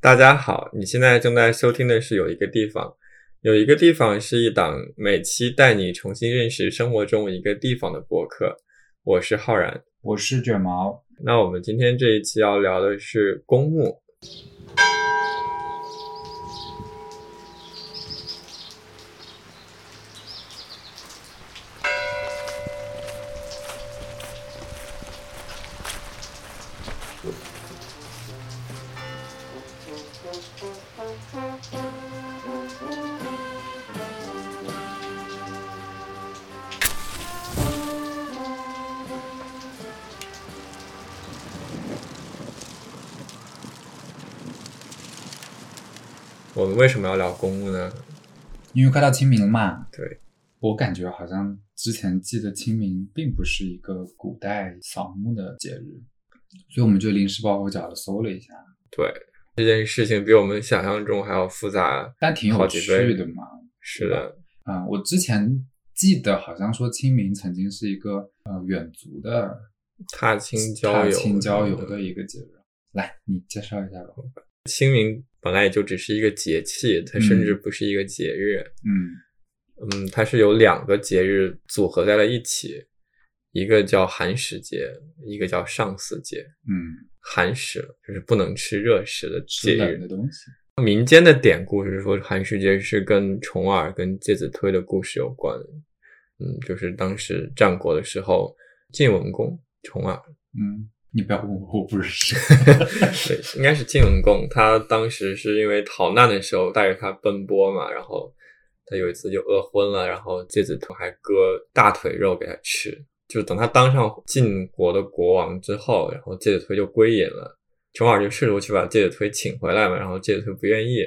大家好，你现在正在收听的是有一个地方，有一个地方是一档每期带你重新认识生活中一个地方的播客。我是浩然，我是卷毛。那我们今天这一期要聊的是公墓。我们为什么要聊公墓呢？因为快到清明了嘛。对，我感觉好像之前记得清明并不是一个古代扫墓的节日，所以我们就临时抱佛脚的搜了一下，对，这件事情比我们想象中还要复杂。但挺有好几趣倍的嘛。是的，啊、我之前记得好像说清明曾经是一个呃远足的踏青郊踏游，青郊游的一个节日。来，你介绍一下吧。清明本来也就只是一个节气，它甚至不是一个节日。嗯嗯，它是由两个节日组合在了一起，一个叫寒食节，一个叫上巳节。嗯，寒食就是不能吃热食的节吃冷日的。东西。民间的典故是说，寒食节是跟重耳跟介子推的故事有关。嗯，就是当时战国的时候，晋文公重耳，嗯，你不要问我，我不认识。 对，应该是晋文公，他当时是因为逃难的时候带着他奔波嘛，然后他有一次就饿昏了，然后介子推还割大腿肉给他吃，就等他当上晋国的国王之后，然后介子推就归隐了，重耳就试图去把介子推请回来嘛，然后介子推不愿意，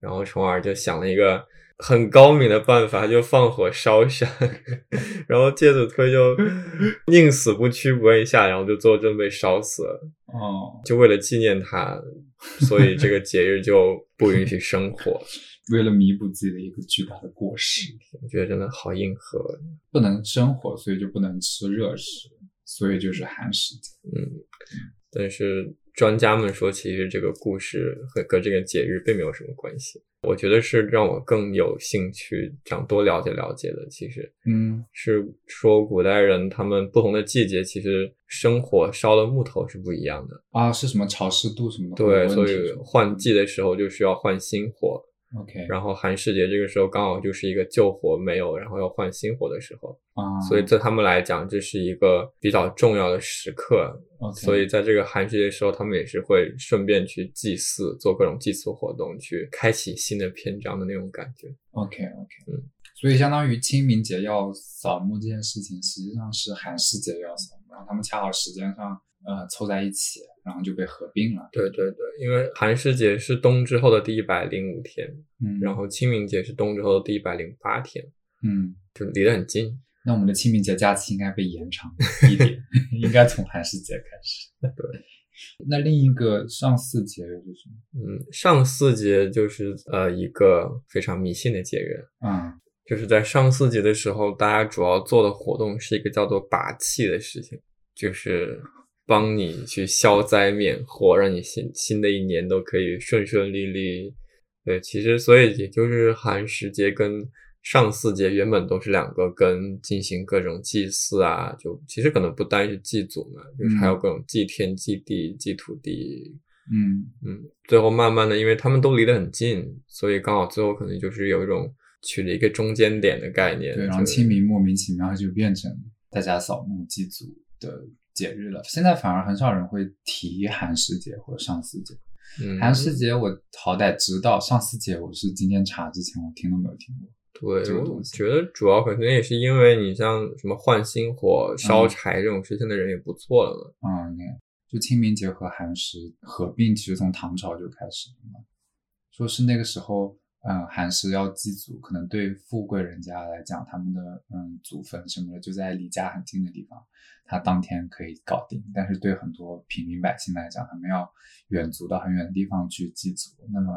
然后重耳就想了一个很高明的办法，就放火烧山， 然后介子推就宁死不屈不愿意下，然后就最后真被烧死了。哦，就为了纪念他，所以这个节日就不允许生火。为了弥补自己的一个巨大的过失， 我觉得真的好硬核，不能生火，所以就不能吃热食，所以嗯就是寒食节。但是专家们说，其实这个故事和和这个节日并没有什么关系。我觉得是让我更有兴趣想多了解了解的，其实嗯是说古代人他们不同的季节，其实生火烧的木头是不一样的。啊，是什么潮湿度什么的对，问题所是以吧换季的时候就需要换新火， OK 然后寒食节这个时候刚好就是一个旧火没有，然后要换新火的时候。啊，所以对他们来讲，这是一个比较重要的时刻。 OK 所以在这个寒食节的时候，他们也是会顺便去祭祀，做各种祭祀活动，去开启新的篇章的那种感觉。 OK 嗯，OK，所以相当于清明节要扫墓这件事情，实际上是寒食节要扫墓，然后他们恰好时间上呃凑在一起，然后就被合并了。对对对，因为寒食节是冬之后的第一百零五天，嗯，然后清明节是冬之后的第一百零八天，嗯，就离得很近。那我们的清明节假期应该被延长一点， 应该从寒食节开始。对， 那另一个上巳节又是什么？嗯，上巳节就是呃一个非常迷信的节日，嗯就是在上巳节的时候，大家主要做的活动是一个叫做把气的事情，就是帮你去消灾免祸，让你新新的一年都可以顺顺利利。对，其实所以也就是寒食节跟上巳节原本都是两个跟进行各种祭祀啊，就其实可能不单是祭祖嘛，就是还有嗯各种祭天、祭地、祭土地，嗯嗯，最后慢慢的，因为他们都离得很近，所以刚好最后可能就是有一种取了一个中间点的概念。对，然后就是清明莫名其妙就变成大家扫墓祭祖的节日了。现在反而很少人会提寒食节或上巳节。嗯，寒食节我好歹知道，上巳节我是今天查之前我听都没有听过。这对，个我东西觉得主要可能也是因为你像什么换新火、烧柴这种事情的人也不错了嘛。嗯，对就清明节和寒食合并，其实从唐朝就开始了嘛。说是那个时候，嗯，寒食要祭祖，可能对富贵人家来讲，他们的嗯祖坟什么的就在离家很近的地方，他当天可以搞定。但是对很多平民百姓来讲，他们要远足到很远的地方去祭祖，那么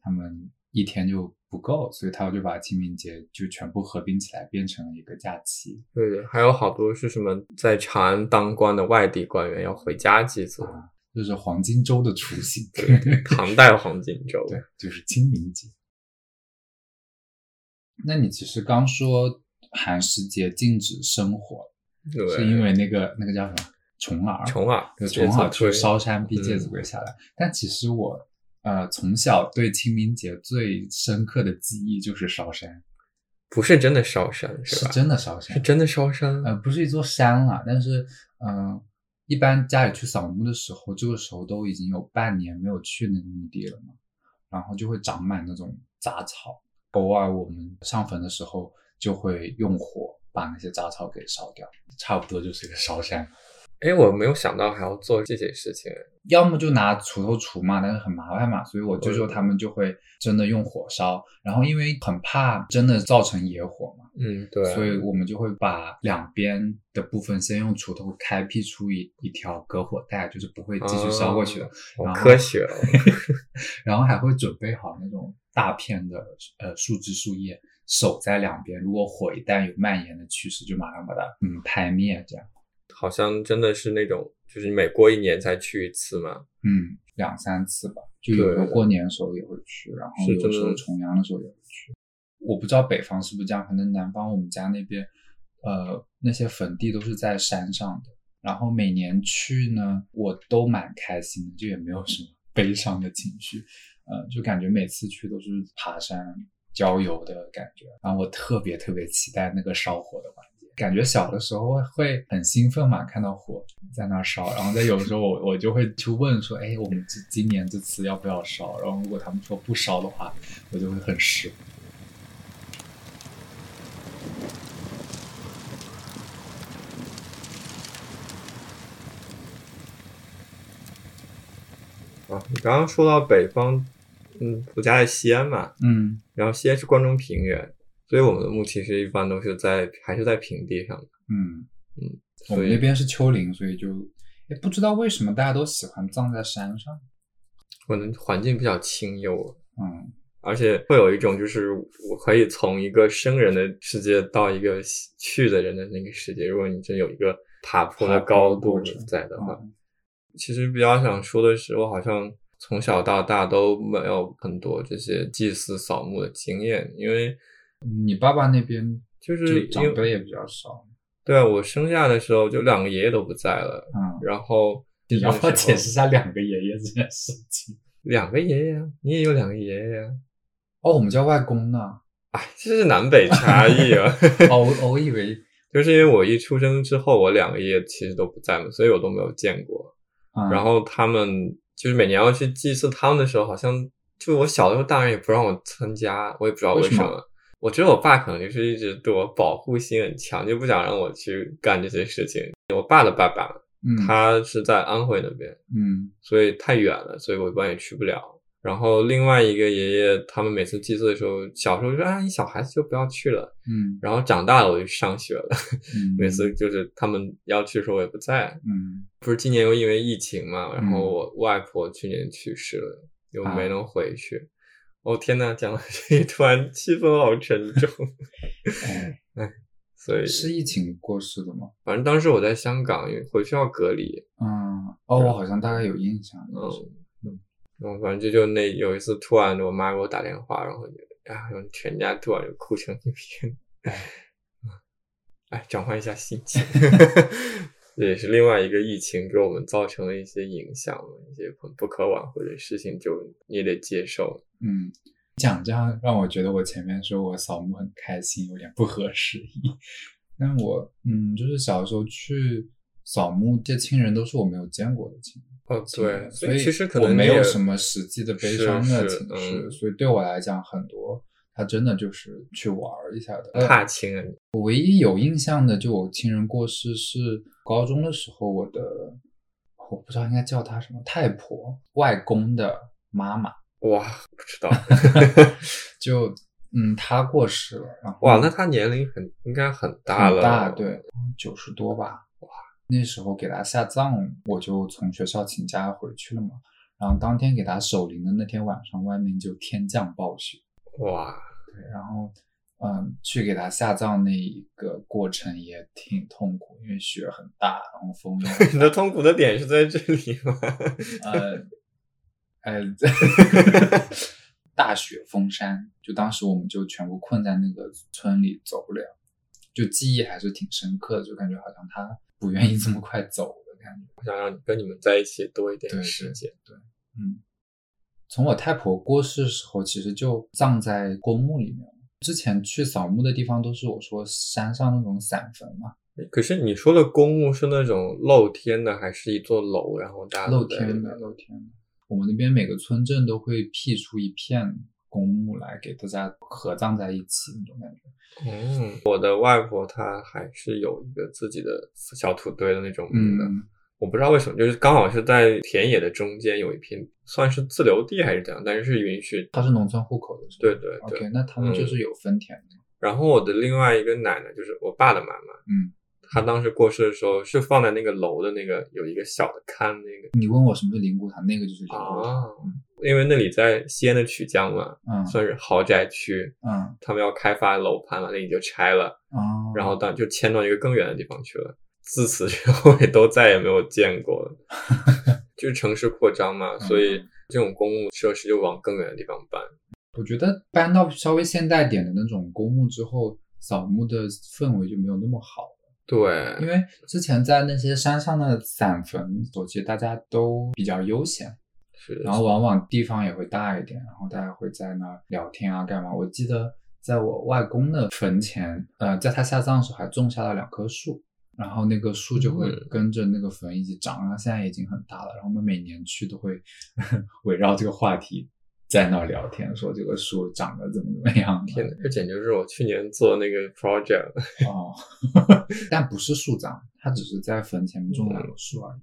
他们一天就不够，所以他就把清明节就全部合并起来，变成了一个假期。对的，还有好多是什么在长安当官的外地官员要回家祭祖，这是黄金周的雏形。 对，唐代黄金周，对，就是清明节。那你其实刚说寒食节禁止生火，对，是因为那个那个叫什么重耳？重耳，就重耳啊去推嗯烧山逼介子规下来。但其实我呃从小对清明节最深刻的记忆就是烧山，不是真的烧山是吧？真的烧山，是真的烧山，呃，不是一座山啦，但是，嗯、一般家里去扫墓的时候，这个时候都已经有半年没有去那个墓地了嘛，然后就会长满那种杂草。偶尔我们上坟的时候，就会用火把那些杂草给烧掉，差不多就是一个烧山。哎，我没有想到还要做这些事情，要么就拿锄头锄嘛，但是很麻烦嘛，所以我舅舅他们就会真的用火烧，然后因为很怕真的造成野火嘛，嗯，对，所以我们就会把两边的部分先用锄头开辟出一一条隔火带，就是不会继续烧过去的。哦然好后科学哦， 然后还会准备好那种大片的呃树枝树叶，守在两边。如果火一旦有蔓延的趋势，就马上把它嗯拍灭，这样好像真的是那种，就是你每过一年才去一次嘛，嗯两三次吧。就有的对过年的时候也会去，然后是有真时候的重阳的时候也会去。我不知道北方是不是这样，可能南方我们家那边，呃，那些坟地都是在山上的。然后每年去呢，我都蛮开心的，就也没有什么 悲伤的情绪，呃，就感觉每次去都是爬山郊游的感觉。然后我特别特别期待那个烧火的环节，感觉小的时候会很兴奋嘛，看到火在那儿烧，然后在有时候我我就会去问说，哎，我们这今年这次要不要烧？然后如果他们说不烧的话，我就会很失望。啊，你刚刚说到北方，嗯，我家在西安嘛，嗯，然后西安是关中平原，所以我们的墓其实一般都是在还是在平地上的，嗯嗯，我所们以那边是丘陵，所以就也不知道为什么大家都喜欢葬在山上。可能环境比较清幽，啊嗯，而且会有一种就是我可以从一个生人的世界到一个去的人的那个世界，如果你真有一个爬坡的爬坡的高过度程在的话，嗯其实比较想说的是，我好像从小到大都没有很多这些祭祀扫墓的经验，因为你爸爸那边就是就因长为辈也比较少。对啊，我生下的时候就两个爷爷都不在了，嗯，然后 你要不要那时解候释一下两个爷爷这件事情？两个爷爷啊，你也有两个爷爷啊，哦，我们叫外公呢。 哎，这是南北差异 啊。哦，我我以为，就是因为我一出生之后，我两个爷爷其实都不在嘛，所以我都没有见过。嗯、然后他们就是每年要去祭祀他们的时候，好像就我小的时候，大人也不让我参加，我也不知道为为什什么么。我觉得我爸可能就是一直对我保护心很强，就不想让我去干这些事情。我爸的爸爸嗯他是在安徽那边，嗯所以太远了，所以我一般也去不了。然后另外一个爷爷，他们每次祭祀的时候，小时候就说：“啊，你小孩子就不要去了。”嗯然后长大了我就去上学了。嗯，每次就是他们要去的时候我也不在，嗯不是今年又因为疫情嘛，然嗯后我外婆去年去世了，又啊没能回去。哦天呐，讲到 这里突然气氛好沉重， 哎所以是疫情过世的吗？反正当时我在香港，因为回去要隔离，嗯，哦，我好像大概有印象。啊嗯，然后反正就就那有一次突然我妈给我打电话，然后就啊，然后全家突然就哭成一片， 哎，转换一下心情。 这也是另外一个疫情给我们造成的一些影响，一些很不可挽回的事情，就你也得接受。嗯，讲这样让我觉得我前面说我扫墓很开心，有点不合时宜。但我嗯，就是小时候去扫墓，这亲人都是我没有见过的亲人，哦，亲对，人所以其实可我能没你也有什么实际的悲是伤的是情绪，嗯所以对我来讲，很多他真的就是去玩儿一下的。呃踏青啊，我唯一有印象的，就我亲人过世是高中的时候，我的我不知道应该叫她什么太婆，外公的妈妈。哇，不知 道就嗯，他过世了，然后哇，那他年龄很应该很大很了，哦大，对，九十多吧。那时候给他下葬，我就从学校请假回去了嘛。然后当天给他守灵的那天晚上，外面就天降暴雪，哇，对，然后嗯，去给它下葬那一个过程也挺痛苦，因为雪很大，然后风又很你的痛苦的点是在这里吗？ 呃，呃，大雪封山，就当时我们就全部困在那个村里走不了，就记忆还是挺深刻的，就感觉好像他不愿意这么快走的感觉。我想让你跟你们在一起多一对点时间。嗯，从我太婆过世的时候，其实就葬在公墓里面了。之前去扫墓的地方都是我说山上那种散坟嘛，可是你说的公墓是那种露天的，还是一座楼，然后大家露都在里天面的，露天的。我们那边每个村镇都会辟出一片公墓来给大家合葬在一起那种感觉。嗯，我的外婆她还是有一个自己的小土堆的那种墓的。嗯，我不知道为什么，就是刚好是在田野的中间有一片，算是自留地还是怎样，但是是允许。他是农村户口的，是吧对对对。嗯 OK，那他们就是有分田的。然后我的另外一个奶奶，就是我爸的妈妈，嗯，她当时过世的时候是放在那个楼的那个有一个小的龛那个你问我什么是灵骨塔，那个就是灵骨塔。啊，因为那里在西安的曲江嘛，嗯算是豪宅区，嗯他们要开发楼盘了，那你就拆了，哦，然后到就迁到一个更远的地方去了。自此之后也都再也没有见过 了，就是城市扩张嘛，嗯所以这种公共设施就往更远的地方搬。我觉得搬到稍微现代点的那种公墓之后，扫墓的氛围就没有那么好了。因对，为之前在那些山上的散坟，所其实大家都比较悠闲，是的。然后往往地方也会大一点，然后大家会在那儿聊天啊，干嘛？我记得在我外公的坟前，呃，在他下葬的时候还种下了两棵树，然后那个树就会嗯跟着那个坟一起长，然后现在已经很大了。然后我们每年去都会 围绕这个话题在那儿聊天，说这个树长得怎么怎么样。啊天呐，这简直是我去年做那个 project，哦， 但不是树葬，它只是在坟前面种两个树而已。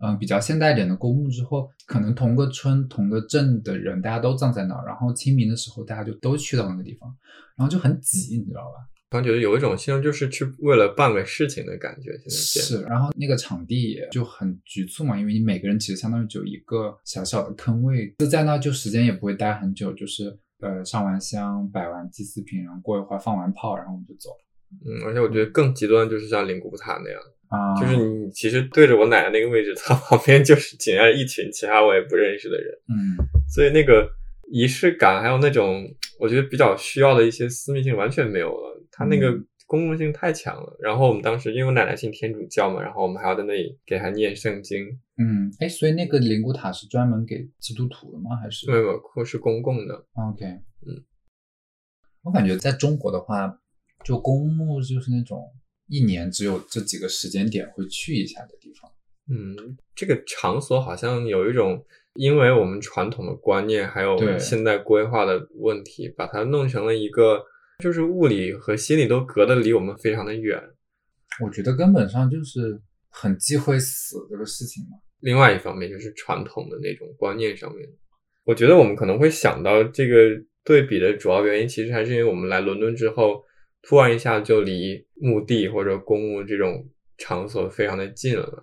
嗯，比较现代一点的公墓之后，可能同个村、同个镇的人，大家都葬在那儿，然后清明的时候，大家就都去到那个地方，然后就很挤，你知道吧？突然觉得有一种现在就是去为了办个事情的感觉。现在变得是，然后那个场地也就很局促嘛，因为你每个人其实相当于只有一个小小的坑位，就在那就时间也不会待很久，就是呃上完香、摆完祭祀品，然后过一会儿放完炮，然后我们就走了嗯，而且我觉得更极端就是像灵骨塔那样，啊，就是你其实对着我奶奶那个位置，她旁边就是 紧挨着一群其他我也不认识的人，嗯所以那个仪式感还有那种我觉得比较需要的一些私密性完全没有了，它那个嗯公共性太强了。然后我们当时因为我奶奶信天主教嘛，然后我们还要在那里给她念圣经，嗯，哎，所以那个灵骨塔是专门给基督徒的吗？还是没有没有，或是公共的， ？OK，嗯，我感觉在中国的话，就公墓就是那种一年只有这几个时间点会去一下的地方。嗯，这个场所好像有一种，因为我们传统的观念还有对现在规划的问题，把它弄成了一个，就是物理和心理都隔得离我们非常的远。我觉得根本上就是很忌讳死这个事情嘛。另外一方面就是传统的那种观念上面，我觉得我们可能会想到这个对比的主要原因，其实还是因为我们来伦敦之后，突然一下就离墓地或者公墓这种场所非常的近了嘛，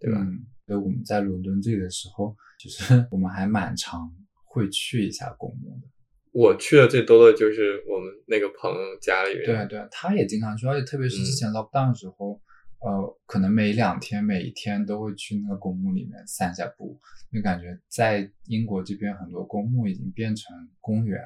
对啊吧？嗯，所以我们在伦敦这里的时候，就是 我们还蛮常会去一下公墓的。我去的最多的就是我们那个朋友家里人，对对，他也经常去，而且特别是之嗯前 lockdown 的时候，呃，可能每两天、每一天都会去那个公墓里面散下步，就感觉在英国这边很多公墓已经变成公园。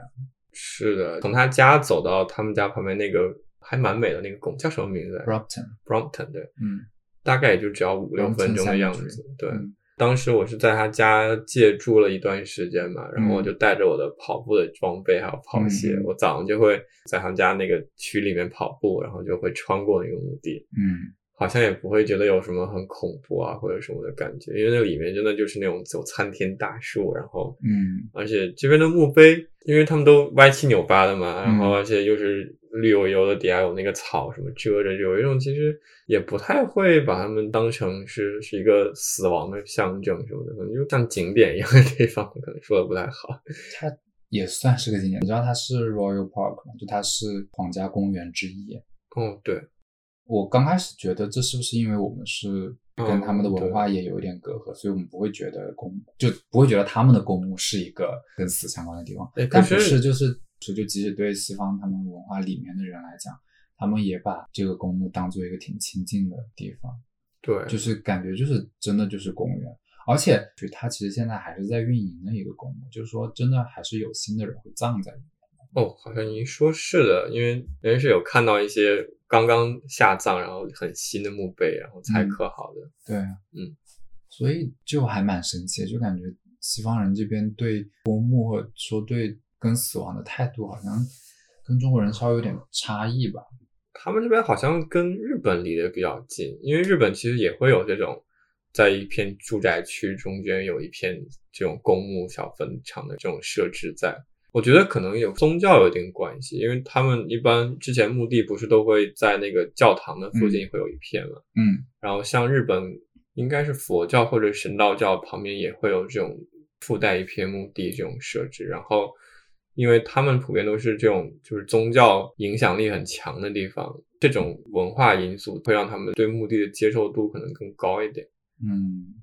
是的，从他家走到他们家旁边那个还蛮美的那个拱，叫什么名字来着 Brompton， ？Brompton，对，嗯大概也就只要五六 Brompton 分钟的样 Cemetery 子。对，嗯当时我是在他家借住了一段时间嘛，然后我嗯就带着我的跑步的装备还有跑鞋，嗯我早上就会在他们家那个区里面跑步，然后就会穿过那个墓地，嗯，好像也不会觉得有什么很恐怖啊或者什么的感觉，因为那里面真的就是那种有参天大树，然后嗯，而且这边的墓碑，因为他们都歪七扭八的嘛，嗯然后而且又是绿油油的，底下有那个草什么遮着，有一种其实也不太会把它们当成是是一个死亡的象征什么的，可能就像景点一样的地方，可能说的不太好。它也算是个景点。你知道它是 Royal Park 吗？就它是皇家公园之一。哦，对，我刚开始觉得这是不是因为我们是跟他们的嗯对文化也有一点隔阂，所以我们不会觉得公就不会觉得他们的公墓是一个跟死相关的地方哎，可但不是就是所以就即使对西方他们文化里面的人来讲，他们也把这个公墓当做一个挺亲近的地方，对，就是感觉就是真的就是公园。而且，就它其实现在还是在运营的一个公墓，就是说真的还是有新的人会葬在里面。哦，好像您说是的，因为人是有看到一些刚刚下葬，然后很新的墓碑，然后才刻好的。对，嗯，所以就还蛮神奇的，就感觉西方人这边对公墓或者说对跟死亡的态度，好像跟中国人稍微有点差异吧。他们这边好像跟日本离得比较近，因为日本其实也会有这种，在一片住宅区中间有一片这种公墓小坟场的这种设置在。我觉得可能有宗教有一定关系，因为他们一般之前墓地不是都会在那个教堂的附近会有一片嘛，嗯，然后像日本应该是佛教或者神道教旁边也会有这种附带一片墓地这种设置，然后因为他们普遍都是这种就是宗教影响力很强的地方，这种文化因素会让他们对墓地的接受度可能更高一点。嗯，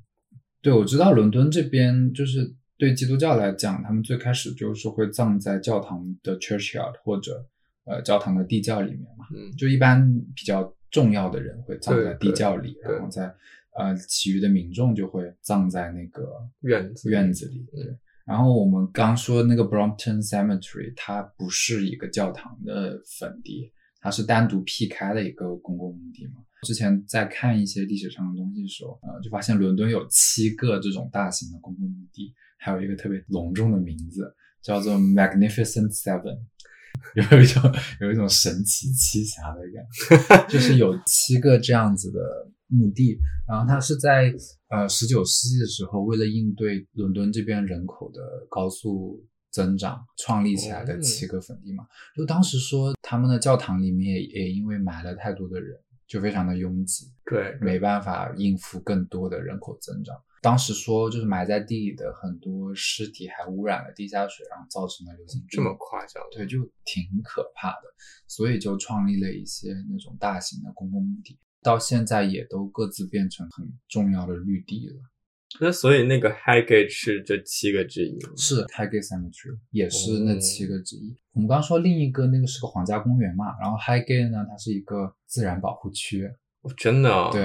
对，我知道伦敦这边就是。对基督教来讲，他们最开始就是会葬在教堂的 churchyard 或者呃教堂的地窖里面嘛，嗯，就一般比较重要的人会葬在对地窖里，对然后在呃其余的民众就会葬在那个院子院子里。嗯对，然后我们刚说那个 Brompton Cemetery，它不是一个教堂的坟地，它是单独辟开的一个公共墓地嘛。之前在看一些历史上的东西的时候，呃，就发现伦敦有七个这种大型的公共墓地，还有一个特别隆重的名字，叫做 Magnificent Seven，有一种有一种神奇七侠的感觉，就是有七个这样子的墓地，然后它是在呃十九世纪的时候，为了应对伦敦这边人口的高速增长，创立起来的七个坟地嘛。就当时说他们的教堂里面也也因为埋了太多的人，就非常的拥挤，对，没办法应付更多的人口增长。当时说，就是埋在地里的很多尸体还污染了地下水，然后造成了流行病这么夸张，对，就挺可怕的，所以就创立了一些那种大型的公共墓地，到现在也都各自变成很重要的绿地了。那所以那个 Highgate 是这七个之一吗，是 Highgate Cemetery，也是哦那七个之一。我们刚刚说另一个那个是个皇家公园嘛，然后 Highgate 呢，它是一个自然保护区。哦真的、哦，，对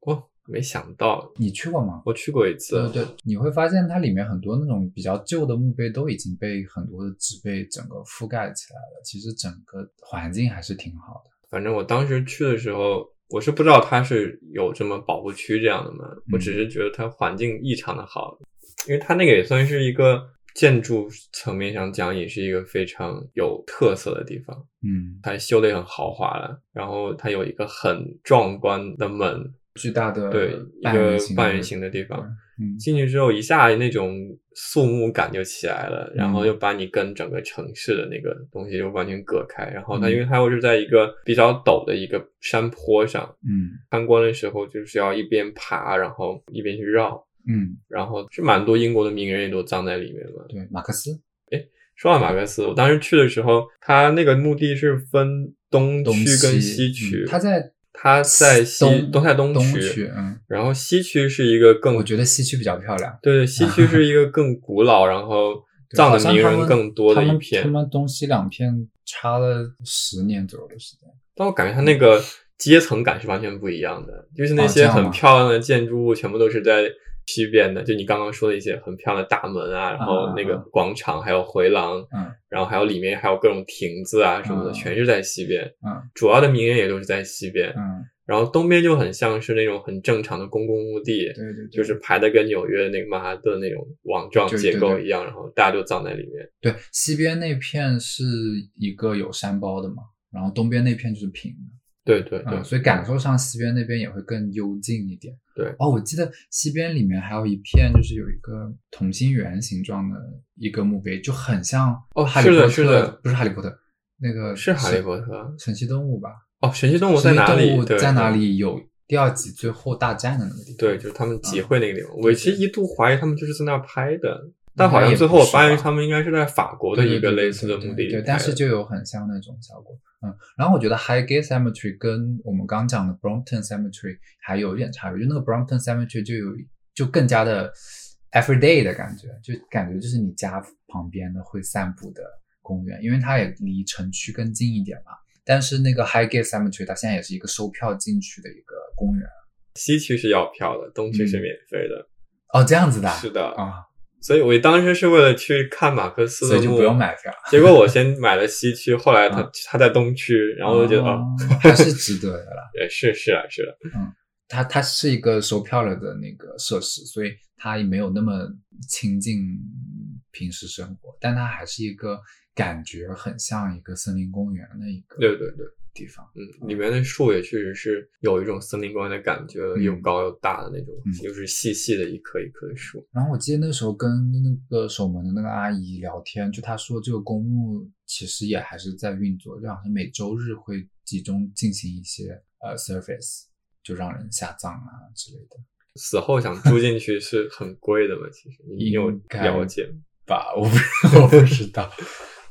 哦，没想到，你去过吗？我去过一次，啊对对，你会发现它里面很多那种比较旧的墓碑都已经被很多的植被整个覆盖起来了，其实整个环境还是挺好的。反正我当时去的时候，我是不知道它是有这么保护区这样的嘛，我只嗯是觉得它环境异常的好，因为它那个也算是一个建筑层面上讲，也是一个非常有特色的地方，嗯，它修的也很豪华了，然后它有一个很壮观的门，巨大的对，一呃半个圆形的半圆形的地方，嗯，进去之后一下那种肃穆感就起来了，然嗯后又把你跟整个城市的那个东西就完全隔开。然后它嗯因为它又是在一个比较陡的一个山坡上，嗯参观的时候就是要一边爬，然后一边去绕。嗯，然后是蛮多英国的名人也都葬在里面嘛。对，马克思说到马克思，我当时去的时候，他那个墓地是分东东区跟西西区，嗯他在他在西东东在东东区，区，嗯，然后西区是一个更我觉得西区比较漂亮，对对，西区 是一个更古老，然后对葬好的像名他人们更多的他一们片他。们东西两片差了十年左右的时间，但我感觉它那个阶层感是完全不一样的，就是那哦这些样很吗漂亮的建筑物，全部都是在西边的，就你刚刚说的一些很漂亮的大门啊，然后那个啊啊广场，还有回廊，嗯然后还有里面还有各种亭子啊什么的，嗯全是在西边。嗯主要的名人也都是在西边，嗯，然后东边就很像是那种很正常的公共墓地，对对对，就是排的跟纽约那个曼哈顿那种网状对结对构对一样，然后大家就葬在里面。对西边那片是一个有山包的嘛，然后东边那片就是平的。对对对，嗯，所以感受上西边那边也会更幽静一点。对哦，我记得西边里面还有一片，就是有一个同心圆形状的一个墓碑，就很像哦哈利是的波特，是的不是哈利波特，那个是哈利波特神奇动物吧？哦，神奇动物在神奇哪动里？物对在哪？对里？有第二集最后大战的那个地方。对，就是他们集嗯会那个地方。对我对嗯其实一度怀疑他们就是在那儿拍的，但好像也最后不我是发现吧他们应该是在法国的对对一个对对类似的对墓地对里对，但拍是的就有很像那种效果。嗯，然后我觉得 Highgate Cemetery 跟我们刚讲的 Brompton Cemetery 还有一点差别，就那个 Brompton Cemetery 就有就更加的 everyday 的感觉，就感觉就是你家旁边的会散步的公园，因为它也离城区更近一点嘛。但是那个 Highgate Cemetery 它现在也是一个收票进去的一个公园。西区是要票的，东区是免费的。哦，这样嗯子的啊。是的啊，所以我当时是为了去看马克思的所墓，以就不用买票。结果我先买了西区，后来他嗯他在东区，然后我就觉得哦啊，还是值得的啦。也是是啊是啊，它它是一个收票了的那个设施，所以它也没有那么亲近平时生活，但它还是一个感觉很像一个森林公园的一个对对对，地方。嗯，里面的树也确实是有一种森林公园的感觉，嗯又高又大的那种嗯，又是细细的一棵一棵的树。然后我记得那时候跟那个守门的那个阿姨聊天，就她说这个公墓其实也还是在运作，就好像每周日会集中进行一些呃 service，就让人下葬啊之类的。死后想住进去是很贵的嘛，其实你有应该了解吗？吧，我不我不知道。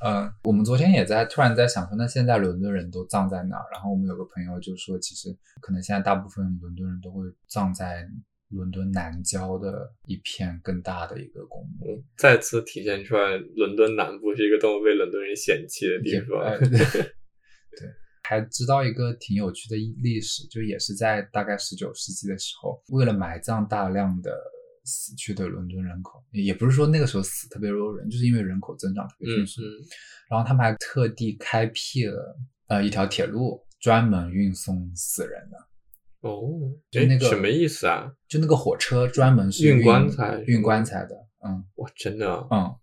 嗯，我们昨天也在突然在想说，那现在伦敦人都葬在哪儿？然后我们有个朋友就说，其实可能现在大部分伦敦人都会葬在伦敦南郊的一片更大的一个公墓。嗯再次体现出来，伦敦南部是一个多么被伦敦人嫌弃的嗯地也方。呃 对，还知道一个挺有趣的一历史，就也是在大概十九世纪的时候，为了埋葬大量的死去的伦敦人口，也不是说那个时候死特别多人，就是因为人口增长特别嗯迅速。嗯，然后他们还特地开辟了呃一条铁路，专门运送死人的，哦，就那哎个什么意思啊？就那个火车专门是运运棺材是运吗棺材的，嗯哇，真的啊，嗯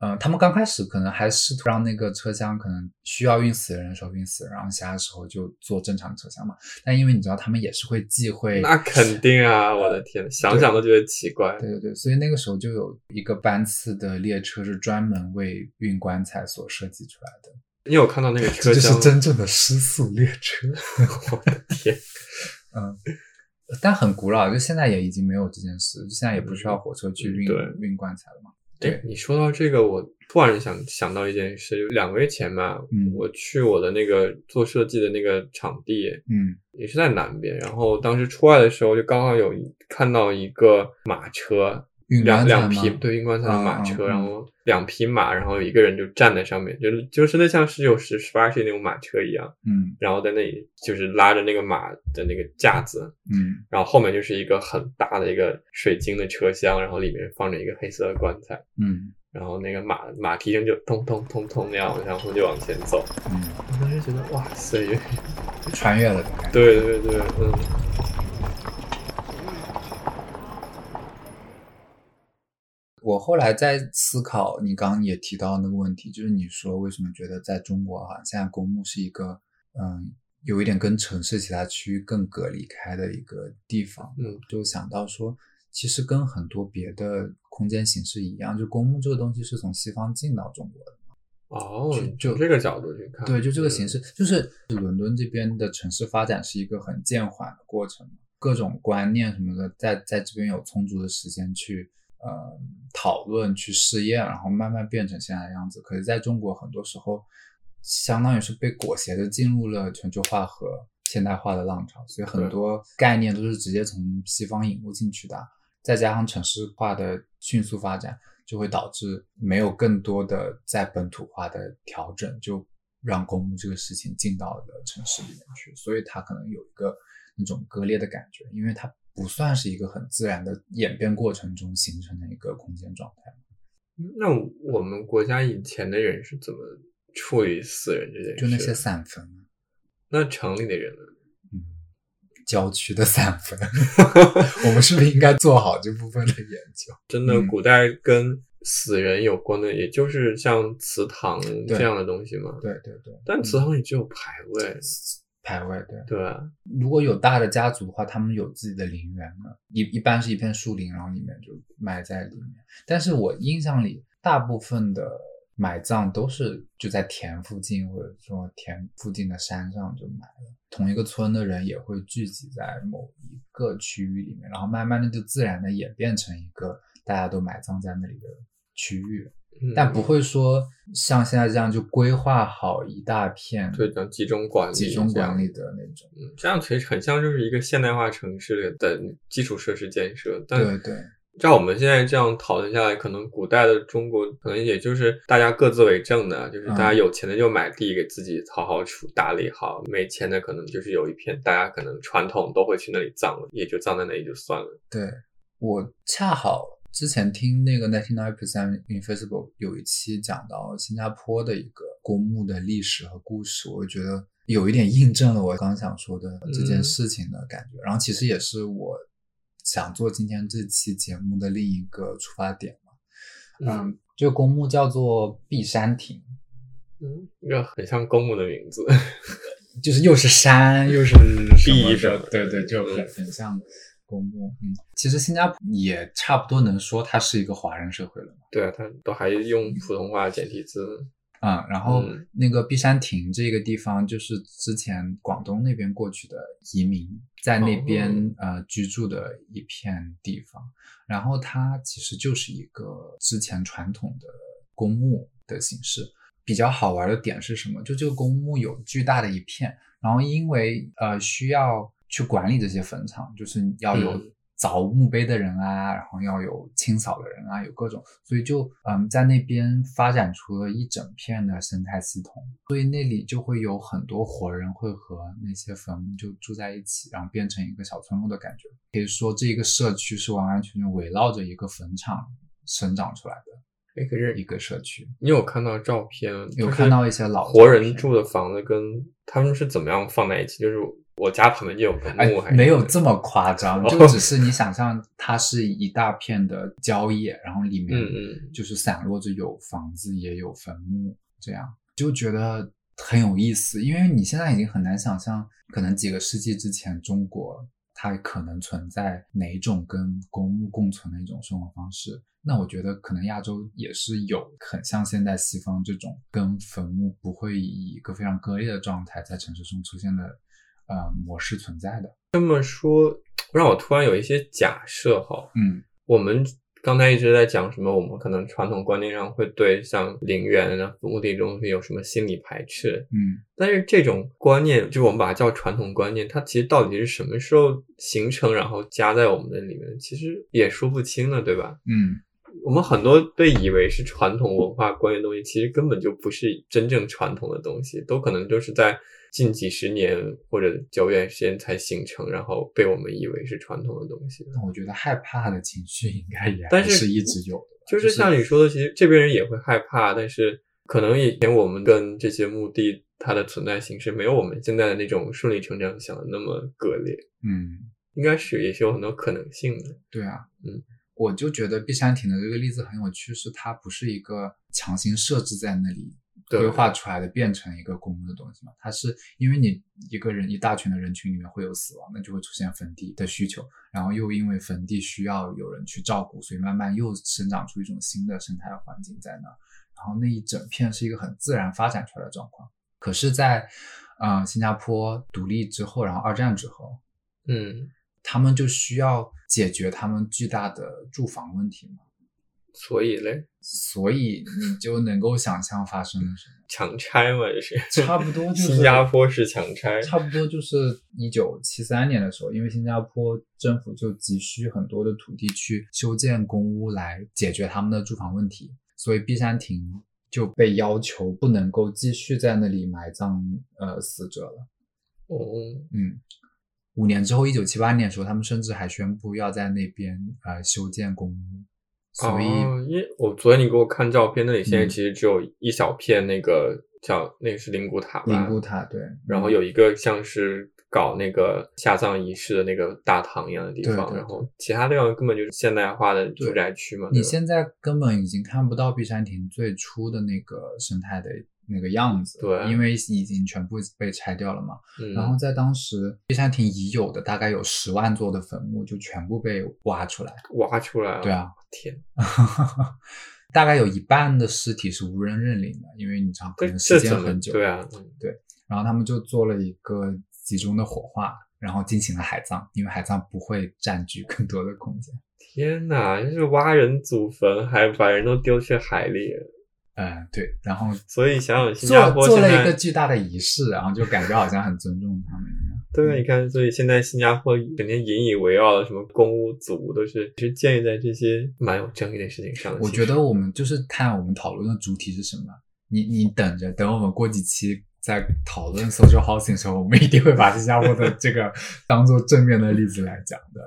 嗯，他们刚开始可能还试图让那个车厢可能需要运死人的时候运死人，然后其他时候就坐正常车厢嘛。但因为你知道他们也是会忌讳，那肯定啊！我的天，想想都觉得奇怪。对对对，所以那个时候就有一个班次的列车是专门为运棺材所设计出来的，你有看到那个车这就是厢？真正的失速列车。 我的天， 嗯，但很古老，就现在也已经没有这件事，就现在也不需要火车去运、对运棺材了嘛。哎，你说到这个，我突然想想到一件事，就两个月前吧，嗯我去我的那个做设计的那个场地，嗯也是在南边，然后当时出来的时候，就刚好有一看到一个马车，运两棺材两吗匹对运棺材的马车，啊啊然后两匹马，然后有一个人就站在上面，就是就真的像十九十十八世纪那种马车一样，嗯然后在那里就是拉着那个马的那个架子，嗯，然后后面就是一个很大的一个水晶的车厢，然后里面放着一个黑色的棺材，嗯然后那个马马蹄声就咚咚咚咚那样，然后就往前走。嗯，我当时觉得哇岁月，穿越了的感觉。对对对，嗯。我后来在思考你刚刚也提到那个问题，就是你说为什么觉得在中国哈、现在公墓是一个嗯有一点跟城市其他区域更隔离开的一个地方，嗯，就想到说其实跟很多别的空间形式一样，就公墓这个东西是从西方进到中国的。哦，就你就从这个角度去看，对，就这个形嗯式，就是伦敦这边的城市发展是一个很渐缓的过程，各种观念什么的，在在这边有充足的时间去呃讨论、去试验，然后慢慢变成现在的样子。可是在中国，很多时候相当于是被裹挟着进入了全球化和现代化的浪潮，所以很对多概念都是直接从西方引入进去的，啊再加上城市化的迅速发展，就会导致没有更多的在本土化的调整，就让公墓这个事情进到了城市里面去，所以它可能有一个那种割裂的感觉，因为它不算是一个很自然的演变过程中形成的一个空间状态。那我们国家以前的人是怎么处理死人这件事？就那些散坟，那城里的人呢？嗯，郊区的散坟，我们是不是应该做好这部分的研究？真的，嗯古代跟死人有关的，也就是像祠堂这样的东西嘛。对对对，嗯但祠堂里只有牌位，排位对。对吧？如果有大的家族的话，他们有自己的陵园的，一一般是一片树林，然后里面就埋在里面。但是我印象里，大部分的埋葬都是就在田附近，或者说田附近的山上就埋了。同一个村的人也会聚集在某一个区域里面，然后慢慢的就自然的演变成一个大家都埋葬在那里的区域，嗯、但不会说像现在这样就规划好一大片对，讲集中管理，集中管理这样。的那种。嗯这样其实很像就是一个现代化城市的基础设施建设，但对对。照我们现在这样讨论下来，可能古代的中国可能也就是大家各自为政的，就是大家嗯有钱的就买地给自己好好处打理好，没钱的可能就是有一片大家可能传统都会去那里葬了，也就葬在那里就算了。对我恰好之前听那个 Ninety Nine Percent Invisible 有一期讲到新加坡的一个公墓的历史和故事，我觉得有一点印证了我刚想说的这件嗯事情的感觉。然后其实也是我想做今天这期节目的另一个出发点嘛。嗯嗯，这个公墓叫做碧山亭，嗯，一个很像公墓的名字。就是又是山 又是什么地的什么的嗯对对，就很很像公墓。嗯，其实新加坡也差不多能说它是一个华人社会了。对啊，他都还用普通话简体字。啊、然后嗯那个碧山亭这个地方，就是之前广东那边过去的移民在那边、呃居住的一片地方。然后它其实就是一个之前传统的公墓的形式。比较好玩的点是什么？就这个公墓有巨大的一片，然后因为呃需要去管理这些坟场，就是要有嗯凿墓碑的人啊，然后要有清扫的人啊，有各种，所以就嗯在那边发展出了一整片的生态系统，所以那里就会有很多活人会和那些坟墓就住在一起，然后变成一个小村落的感觉。可以说这个社区是完完全全围绕着一个坟场生长出来的哎，可是一个社区。你有看到照片？有就是看到一些老活照人片住的房子跟他们是怎么样放在一起？就是我家旁边就有个哎墓，还，是没有什这么夸张，哦就只是你想象它是一大片的蕉叶，然后里面嗯嗯就是散落着有房子也有坟墓，这样就觉得很有意思。因为你现在已经很难想象，可能几个世纪之前中国它可能存在哪种跟公墓共存的一种生活方式。那我觉得可能亚洲也是有很像现在西方这种跟坟墓不会以一个非常割裂的状态在城市中出现的呃模式存在的。让我突然有一些假设哈。嗯我们刚才一直在讲什么，我们可能传统观念上会对像陵园啊、墓地这种东西有什么心理排斥，嗯，但是这种观念，就我们把它叫传统观念，它其实到底是什么时候形成，然后加在我们的里面，其实也说不清了，对吧？嗯，我们很多被以为是传统文化观念的东西，其实根本就不是真正传统的东西，都可能就是在近几十年或者久远时间才形成，然后被我们以为是传统的东西。那我觉得害怕的情绪应该也但还是是一直有的吧，就是像你说的，其实这边人也会害怕，但是可能以前我们跟这些墓地它的存在形式没有我们现在的那种顺理成章想的那么割裂，嗯。应该是也是有很多可能性的。对啊，嗯，我就觉得碧山亭的这个例子很有趣，是它不是一个强行设置在那里对规划出来的，变成一个公墓的东西嘛。它是因为你一个人一大群的人群里面会有死亡，那就会出现坟地的需求，然后又因为坟地需要有人去照顾，所以慢慢又生长出一种新的生态环境在那儿。然后那一整片是一个很自然发展出来的状况。可是在，呃新加坡独立之后，然后二战之后，嗯，他们就需要解决他们巨大的住房问题嘛，所以嘞，所以你就能够想象发生了什 么，强拆嘛，就是差不多就是新加坡式强拆。差不多就是一九七三年的时候，因为新加坡政府就急需很多的土地去修建公屋来解决他们的住房问题，所以碧山亭就被要求不能够继续在那里埋葬呃死者了。 哦，嗯，五年之后，一九七八年的时候，他们甚至还宣布要在那边呃修建公屋，所以、哦，因为我昨天你给我看照片，那里现在嗯其实只有一小片那个叫那个是灵骨塔吧，灵骨塔对，嗯然后有一个像是搞那个下葬仪式的那个大堂一样的地对方，对然后其他地方根本就是现代化的住宅区嘛。你对吧现在根本已经看不到碧山亭最初的那个生态的那个样子，对因为已经全部被拆掉了嘛。嗯，然后在当时，碧山亭已有的大概有十万座的坟墓就全部被挖出来，挖出来了，对啊，天， 大概有一半的尸体是无人认领的，因为你知道可这能这时间怎么很久，对啊？嗯然后他们就做了一个集中的火化，然后进行了海葬，因为海葬不会占据更多的空间。天哪，就是挖人祖坟，还把人都丢去海里，嗯，对，然后所以想想新加做坡做现了一在 个巨大的仪式，然后就感觉好像很尊重他们一样。对，你看，所以现在新加坡整天引以为傲的什么公屋、祖屋，都是是建立在这些蛮有争议的事情上的。我其觉实得我们就是看我们讨论的主体是什么。你你等着，等我们过几期在讨论 social housing 的时候，我们一定会把新加坡的这个当做正面的例子来讲的。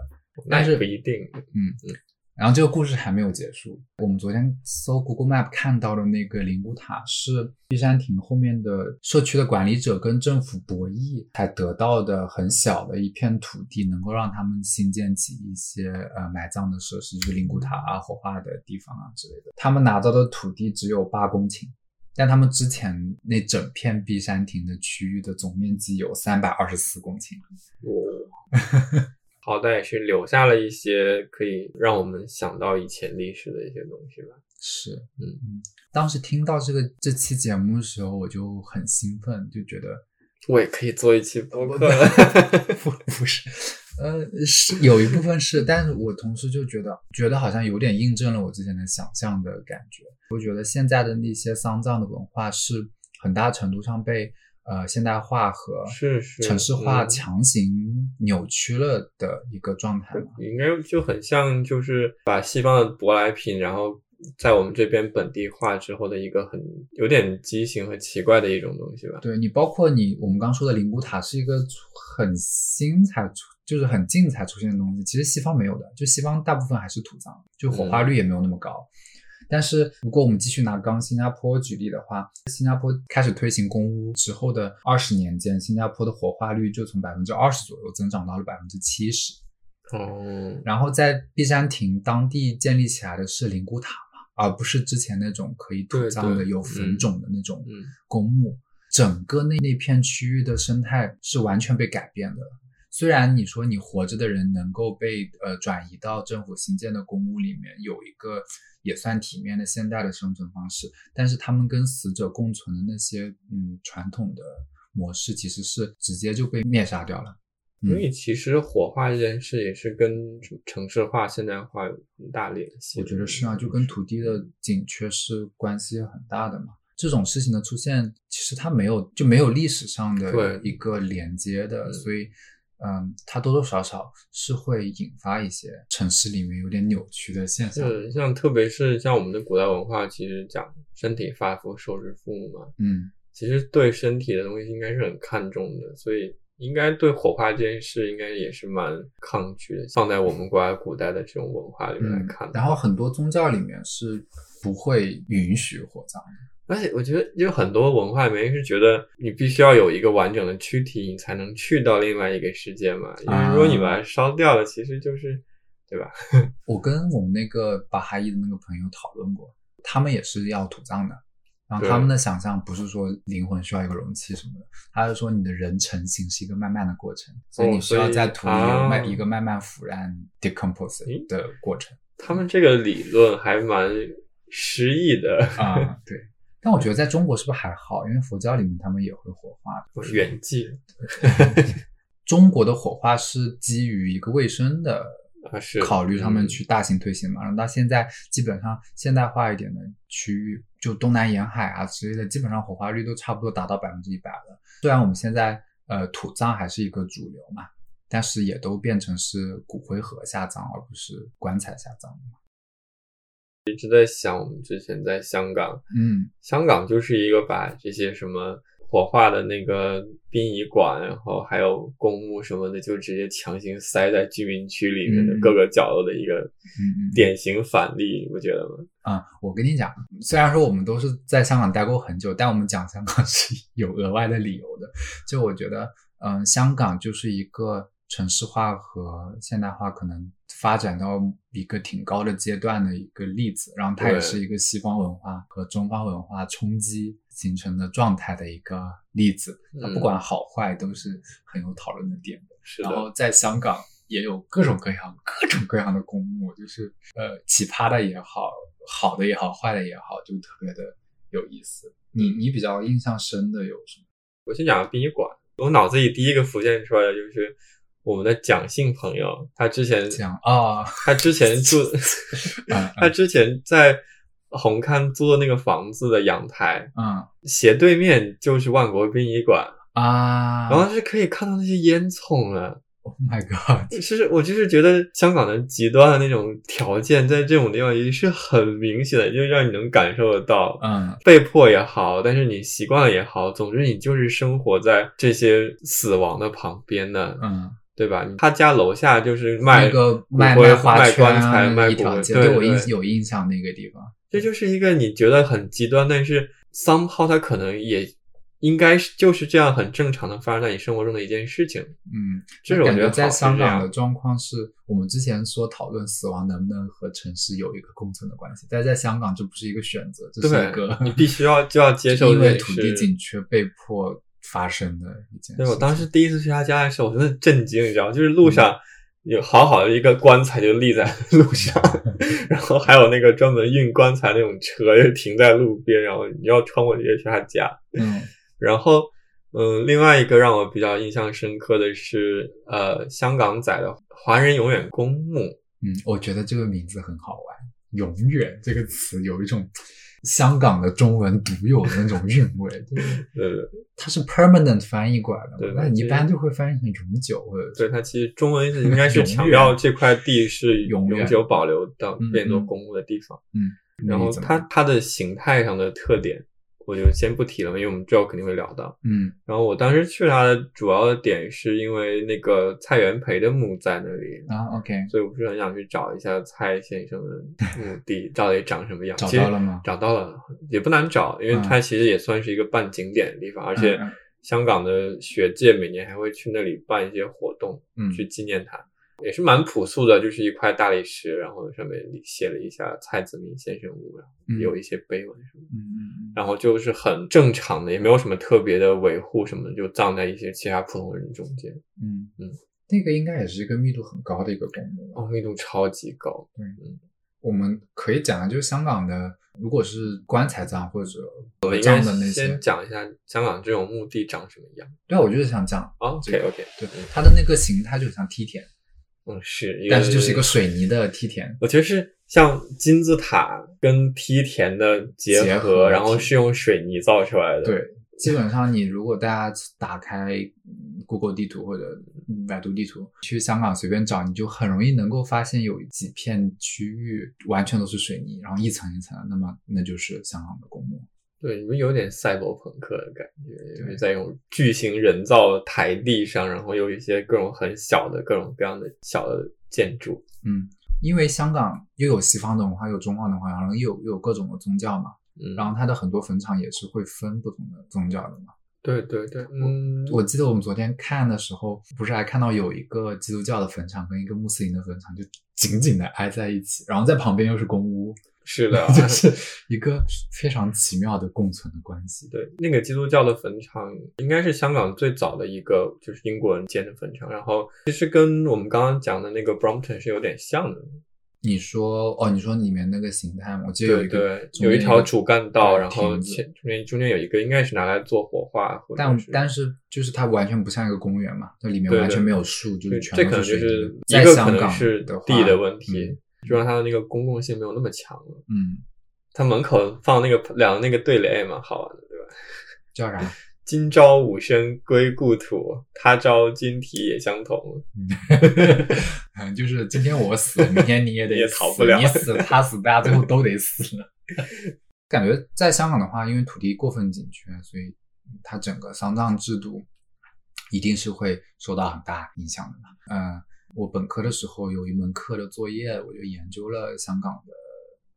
那但也是不一定。然后这个故事还没有结束。我们昨天搜 Google Map 看到的那个灵谷塔是碧山亭后面的社区的管理者跟政府博弈才得到的很小的一片土地，能够让他们新建起一些呃埋葬的设施，就是灵谷塔啊、火化的地方啊之类的。他们拿到的土地只有八公顷，但他们之前那整片碧山亭的区域的总面积有三百二十四公顷。 我好歹也是留下了一些可以让我们想到以前历史的一些东西吧。是，嗯嗯，当时听到这个这期节目的时候，我就很兴奋，就觉得我也可以做一期播不客哦了。不不是，呃，是有一部分是，但是我同时就觉得，觉得好像有点印证了我之前的想象的感觉。我觉得现在的那些丧葬的文化是很大程度上被呃现代化和 是是城市化嗯强行扭曲了的一个状态嘛。应该就很像，就是把西方的舶来品，然后在我们这边本地化之后的一个很有点畸形和奇怪的一种东西吧。对你，包括你，我们刚说的灵骨塔是一个很新才出，就是很近才出现的东西。其实西方没有的，就西方大部分还是土葬，就火化率也没有那么高。但是如果我们继续拿刚新加坡举例的话，新加坡开始推行公屋之后的二十年间，新加坡的火化率就从百分之二十左右增长到了百分之七十。哦，然后在碧山亭当地建立起来的是灵骨塔嘛，而不是之前那种可以土葬对的对有坟冢的那种嗯公墓。整个那那片区域的生态是完全被改变的。虽然你说你活着的人能够被呃转移到政府新建的公屋里面，有一个也算体面的现代的生存方式，但是他们跟死者共存的那些嗯传统的模式，其实是直接就被灭杀掉了。嗯所以其实火化这件事也是跟什么城市化、现代化有很大联系。我觉得是啊，就跟土地的紧缺是关系很大的嘛。这种事情的出现，其实它没有就没有历史上对的一个连接的，嗯所以，嗯，它多多少少是会引发一些城市里面有点扭曲的现象。是像特别是像我们的古代文化，其实讲身体发肤受之父母嘛，嗯，其实对身体的东西应该是很看重的，所以应该对火化这件事应该也是蛮抗拒的。放在我们国家古代的这种文化里面来嗯看的然话，后很多宗教里面是不会允许火葬的，而且我觉得有很多文化里面是觉得你必须要有一个完整的躯体，你才能去到另外一个世界嘛，因啊为如果你把它烧掉了，其实就是对吧？我跟我们那个巴哈伊的那个朋友讨论过，他们也是要土葬的。然后对他们的想象不是说灵魂需要一个容器什么的，他是说你的人成型是一个慢慢的过程，所以你需哦所要以在土里有啊慢一个慢慢腐烂 decompose 咦的过程他们这个理论还蛮诗意的，啊、对。但我觉得在中国是不是还好？因为佛教里面他们也会火化，我是远近中国的火化是基于一个卫生的啊是考虑他们嗯去大型推行嘛。然后到现在，基本上现代化一点的区域，就东南沿海啊之类的，基本上火化率都差不多达到百分之一百了。虽然我们现在呃土葬还是一个主流嘛，但是也都变成是骨灰盒下葬，而不是棺材下葬了嘛。在想我们之前在香港，嗯，香港就是一个把这些什么火化的那个殡仪馆，然后还有公墓什么的，就直接强行塞在居民区里面的嗯各个角落的一个嗯典型反例，你不觉得吗？啊、我跟你讲，虽然说我们都是在香港待过很久，但我们讲香港 是有额外的理由的。就我觉得，嗯，香港就是一个城市化和现代化可能发展到一个挺高的阶段的一个例子，然后它也对是一个西方文化和中方文化冲击形成的状态的一个例子。它啊嗯不管好坏都是很有讨论的点。是然的，后在香港也有各种各样、各种各样的公墓，就是呃奇葩的也好，好的也好，坏的也好，就特别的有意思。你你比较印象深的有什么？我先讲殡仪馆，我脑子里第一个浮现出来的就是我们的蒋姓朋友，他之前这样啊、他之前 住，嗯他之前在红磡租的那个房子的阳台嗯斜对面就是万国殡仪馆。啊然后是可以看到那些烟囱啊。 ，Oh my God，是，我就是觉得香港的极端的那种条件，在这种地方也是很明显的，就让你能感受得到。嗯被迫也好，但是你习惯了也好，总之你就是生活在这些死亡的旁边的，嗯，对吧？他家楼下就是卖那个骨卖灰花卖圈棺啊材、那卖一骨条灰，街，对我印对有印象那个地方。这就是一个你觉得很极端，但是 somehow 它可能也应该是就是这样很正常的发生在你生活中的一件事情。嗯，这是我那感觉得在好是香这港样的状况是，我们之前说讨论死亡能不能和城市有一个共存的关系，但在香港这不是一个选择，这是一对个，你必须要就要接受因这为土件地事紧缺被迫发生的一件事情。对，我当时第一次去他家的时候，我真的震惊，你知道吗，就是嗯路上有好好的一个棺材就立在路上， 然后还有那个专门运棺材那种车就停在路边，然后你要穿过去去他家。嗯然后，嗯，另外一个让我比较印象深刻的是，呃，香港仔的华人永远公墓，嗯，我觉得这个名字很好玩，“永远”这个词有一种香港的中文独有的那种韵味，对不对对对它是 permanent 翻译过来的对嘛，那你一其实般就会翻译成永久或者对，它其实中文是应该是永强远调这块地是永永远久保留到嗯变作嗯公墓的地方。那然你后怎么它它的形态上的特点，我就先不提了，因为我们之后肯定会聊到。嗯然后我当时去它的主要的点是因为那个蔡元培的墓在那里，啊 OK 所以我不是很想去找一下蔡先生的墓地到底长什么样。找其实到了吗找到了，也不难找，因为嗯它其实也算是一个半景点的地方，而且嗯香港的学界每年还会去那里办一些活动嗯去纪念它。也是蛮朴素的，就是一块大理石，然后上面写了一下蔡子明先生墓，然后嗯有一些碑文什么的，嗯嗯嗯然后就是很正常的，也没有什么特别的维护什么的，就葬在一些其他普通人中间。嗯嗯嗯，那个应该也是一个密度很高的一个公墓吧。哦，密度超级高，我们可以讲，就是香港的，如果是棺材葬或者我们应该葬的那先些，讲一下香港这种墓地长什么样。对啊，我就是想讲，哦、这 OK 个 OK，对它的那个形态就像梯田，嗯，是，但是就是一个，水泥的梯田，我觉得是像金字塔跟梯田的结合，结合然后是用水泥造出来的。对，基本上你如果大家打开嗯 Google 地图或者嗯百度地图去香港随便找，你就很容易能够发现有几片区域完全都是水泥，然后一层一层的，那么那就是香港的公墓。对，你们有点赛博朋克的感觉，因为对在用巨型人造台地上，然后有一些各种很小的各种各样的小的建筑。嗯，因为香港又有西方的文化，又有中方的文化，然后又有又有各种的宗教嘛，嗯，然后它的很多坟场也是会分不同的宗教的嘛。对对对，嗯，我记得我们昨天看的时候，不是还看到有一个基督教的坟场跟一个穆斯林的坟场就紧紧的挨在一起，然后在旁边又是公屋，，是的 就是一个非常奇妙的共存的关系。对，那个基督教的坟场应该是香港最早的一个，就是英国人建的坟场，然后其实跟我们刚刚讲的那个 Brompton 是有点像的，你说哦，你说里面那个形态吗？我记得有对一个对，有一条主干道，然后亭子前中间中间有一个应该是拿来做火化，或者但是但是就是它完全不像一个公园嘛，那里面对完对全没有树，就对是这全可都能就水是泥。一在个可香能港是的话地的问题嗯，就让它的那个公共性没有那么强了。嗯，它门口放那个两个那个对联也蛮好玩的，对吧？叫啥？今朝吾身归故土，他朝金体也相同。 嗯，就是今天我死，明天你 也得也逃死不了你死他死，大家最后都得死。 感觉在香港的话，因为土地过分紧缺，所以它整个丧葬制度一定是会受到很大影响的嘛。嗯，我本科的时候有一门课的作业，我就研究了香港的。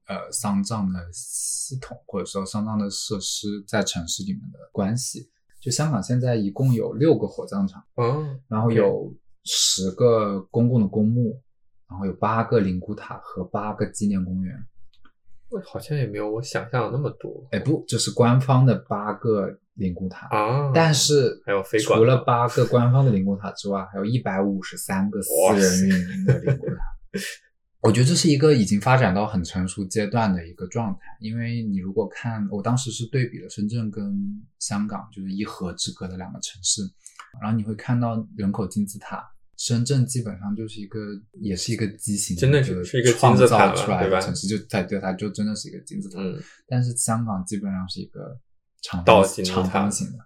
呃，丧葬的系统或者说丧葬的设施在城市里面的关系，就香港现在一共有六个火葬场。嗯，然后有十个公共的公墓，然后有八个灵骨塔和八个纪念公园。好像也没有我想象的那么多哎，不，这是官方的八个灵骨塔，啊。呃但是还有非官除了八个官方的灵骨塔之外，还有一百五十三个私哇塞人运营的灵骨塔。我觉得这是一个已经发展到很成熟阶段的一个状态，因为你如果看，我当时是对比了深圳跟香港，就是一河之隔的两个城市，然后你会看到人口金字塔，深圳基本上就是一个，也是一个畸形，真的是是一个金字塔创造出来对吧的城市，就在对它就真的是一个金字塔，嗯，但是香港基本上是一个长倒方金字长塔方形的，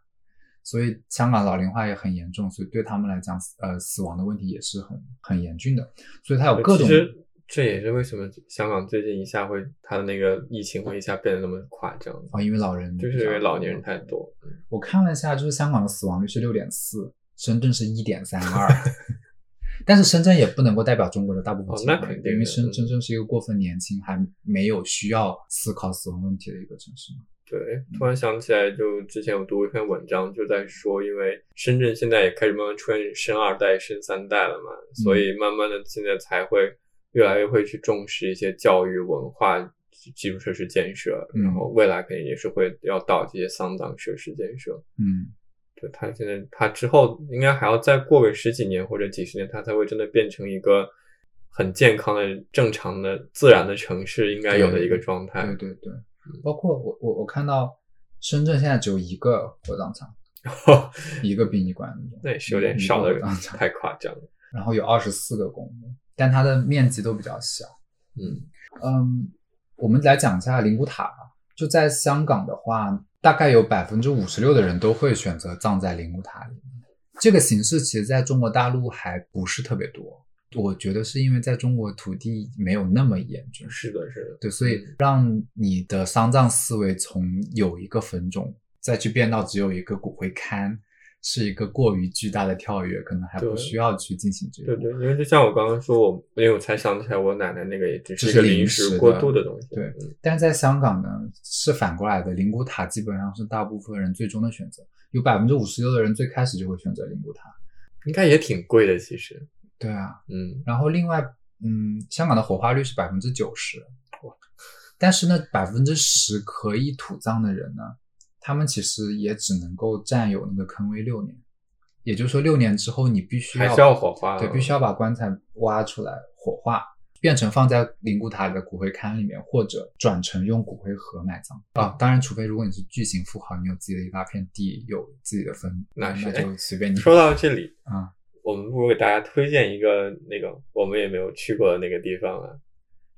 所以香港老龄化也很严重，所以对他们来讲，呃，死亡的问题也是很很严峻的。所以它有呃各种呃其实这也是为什么香港最近一下会它的那个疫情会一下变得那么夸张，哦，因为老人就是因为老年人太多。我看了一下，就是香港的死亡率是六点四，深圳是一点三二， 但是深圳也不能够代表中国的大部分哦情那况，肯定因为的深嗯深圳是一个过分年轻还没有需要思考死亡问题的一个城市嘛。对，突然想起来，就之前我读过一篇文章，就在说，因为深圳现在也开始慢慢出现深二代、深三代了嘛，嗯所以慢慢的现在才会越来越会去重视一些教育、文化基础设施建设，嗯然后未来肯定也是会要到这些丧葬设施建设。嗯，对，它现在它之后应该还要再过个十几年或者几十年，它才会真的变成一个很健康的、正常的、自然的城市应该有的一个状态。对对对，嗯包括我我我看到深圳现在只有一个火葬场，一个殡仪馆那种， 那也是有点一个少的火葬场，太夸张了。然后有二十四个公墓，但它的面积都比较小。嗯，嗯，我们来讲一下灵骨塔吧。就在香港的话，大概有百分之五十六的人都会选择葬在灵骨塔里面。这个形式其实在中国大陆还不是特别多，我觉得是因为在中国土地没有那么严重，是的，是的，对，所以让你的丧葬思维从有一个坟冢，再去变到只有一个骨灰龛，是一个过于巨大的跳跃，可能还不对需要去进行这对个。对，因为就像我刚刚说，我因为我才想起来，我奶奶那个也只是这一是个临临时时的过渡的东西。对嗯但是在香港呢，是反过来的，灵骨塔基本上是大部分人最终的选择，有百分之五十六的人最开始就会选择灵骨塔。应该也挺贵的，其实。对啊，嗯，然后另外，嗯，香港的火化率是百分之九十，但是呢，百分之十可以土葬的人呢，他们其实也只能够占有那个坑位六年，也就是说六年之后你必须还是要火啊化，对，必须要把棺材挖出来火化，变成放在灵骨塔里的骨灰龛里面，或者转成用骨灰盒埋葬啊。当然，除非如果你是巨型富豪，你有自己的一大片地，有自己的坟，那那是就随便 你。说到这里，啊，我们不如给大家推荐一个那个我们也没有去过的那个地方啊。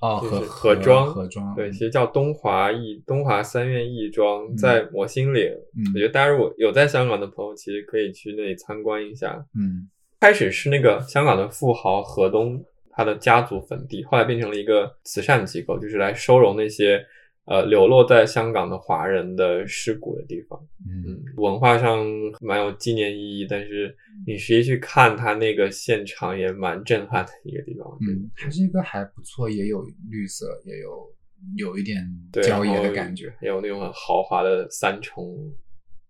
哦，就盒是盒盒装盒装，对，其实叫东华义东华三院义庄嗯，在摩星岭。我觉嗯得大家如果有在香港的朋友，其实可以去那里参观一下。嗯开始是那个香港的富豪河东他的家族坟地，后来变成了一个慈善机构，就是来收容那些呃流落在香港的华人的尸骨的地方。嗯嗯，文化上蛮有纪念意义，但是嗯你实际去看他那个现场也蛮震撼的一个地方。我觉得嗯，还是一个还不错，也有绿色，也有有一点对，郊野然后的感觉。也有那种很豪华的三重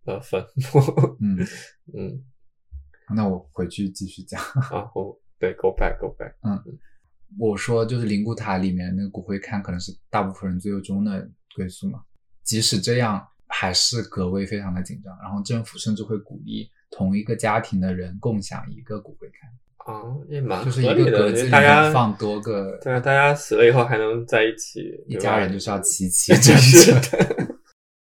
的坟墓。嗯， 嗯那我回去继续讲。啊，我对，go back，go back。我说就是灵骨塔里面那个骨灰龛，可能是大部分人最终的归宿嘛。即使这样，还是格位非常的紧张。然后政府甚至会鼓励同一个家庭的人共享一个骨灰龛，啊，也蛮就是一合理个格的，因子为里大面家放多个，对啊，大家死了以后还能在一起，一对家吧人就是要齐 齐真整 是整。的。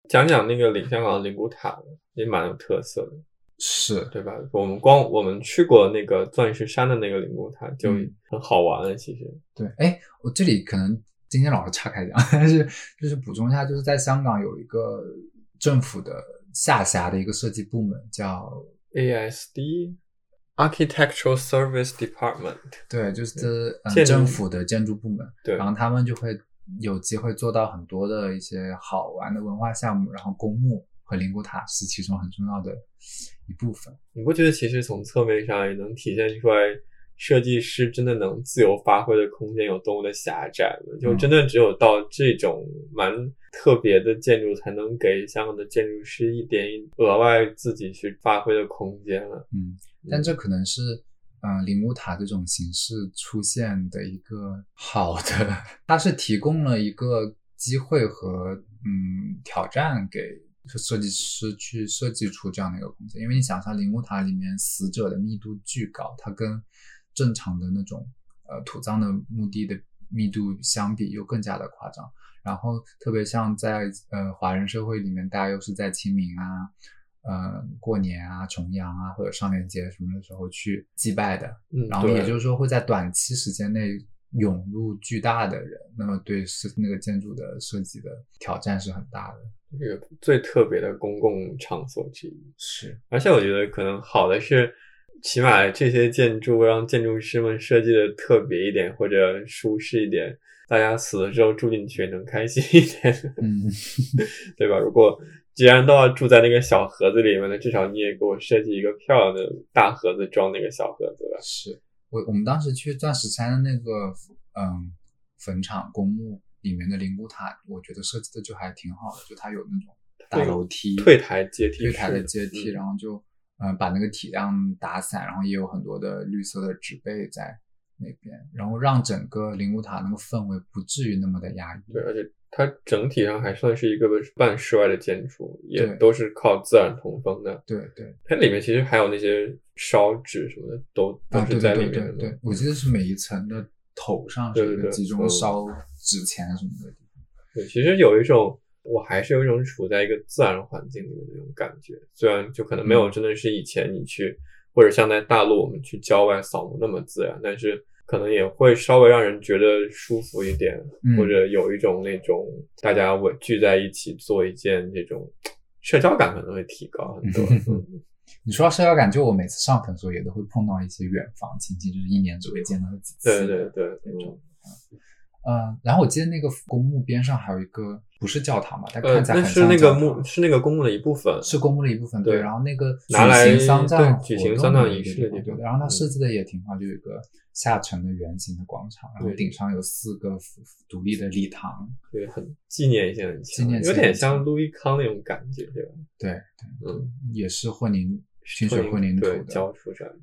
讲讲那个灵香港的灵骨塔也蛮有特色的，是，对吧？我们光我们去过那个钻石山的那个灵骨塔，就嗯很好玩了。其实，对，哎，我这里可能今天老是岔开讲，但是就是补充一下，就是在香港有一个政府的下辖的一个设计部门叫 ASD Architectural Service Department，对，就是嗯建政筑府的建筑部门，对然后他们就会有机会做到很多的一些好玩的文化项目，然后公墓和灵骨塔是其中很重要的一部分。你不觉得其实从侧面上也能体现出来，设计师真的能自由发挥的空间有多么的狭窄吗？就嗯真的只有到这种蛮特别的建筑，才能给香港的建筑师一点额外自己去发挥的空间了。嗯，但嗯这可能是嗯灵骨塔这种形式出现的一个好的，它是提供了一个机会和嗯挑战给。设计师去设计出这样的一个空间，因为你想象灵骨塔里面死者的密度巨高，它跟正常的那种呃土葬的墓地的密度相比又更加的夸张。然后特别像在呃华人社会里面，大家又是在清明啊、呃过年啊、重阳啊或者上元节什么的时候去祭拜的，嗯，然后也对就是说会在短期时间内涌入巨大的人，那么对设那个建筑的设计的挑战是很大的。这个最特别的公共场所之一。是，而且我觉得可能好的是，起码这些建筑让建筑师们设计的特别一点，或者舒适一点，大家死了之后住进去能开心一点，嗯，对吧？如果既然都要住在那个小盒子里面呢，至少你也给我设计一个漂亮的大盒子装那个小盒子吧。是我我们当时去钻石山的那个嗯坟场公墓里面的灵骨塔，我觉得设计的就还挺好的，就它有那种大那个楼梯、退台阶梯对台的式阶梯，嗯然后就呃把那个体量打散，然后也有很多的绿色的植被在那边，然后让整个灵骨塔那个氛围不至于那么的压抑。对，而且它整体上还算是一个半室外的建筑，也对都是靠自然通风的。对对它里面其实还有那些烧纸什么的，都都啊是对在对里对面的。对对，我记得是每一层的头上对是对一个对集中嗯烧纸钱什么的地方。对其实有一种，我还是有一种处在一个自然环境里面的那种感觉，虽然就可能没有嗯真的是以前你去，或者像在大陆我们去郊外扫墓那么自然，但是可能也会稍微让人觉得舒服一点，嗯或者有一种那种大家围聚在一起做一件这种社交感可能会提高很 多。嗯你说到社交感，就我每次上坟的时候也都会碰到一些远房亲戚，就是一年只会见到几次对的对对，那嗯种。嗯，然后我记得那个公墓边上还有一个不是教堂吧，但呃看，起来那很是那像个教堂。墓，是那个公墓的一部分，是公墓的一部分，对对。然后那个拿来举行丧葬对举活行动丧葬的仪一个式的地地方方对。然后它嗯设计的也挺好，就有一个下沉的圆形的广场，然后对顶上有四个独立的礼堂，对，很纪念性很强，纪念性有点很强像路易康那种感觉，对吧？对对，嗯，也是混凝清水混凝土对的，交出这样。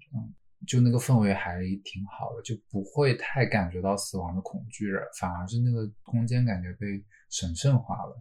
就那个氛围还挺好的，就不会太感觉到死亡的恐惧了，反而是那个空间感觉被神圣化了。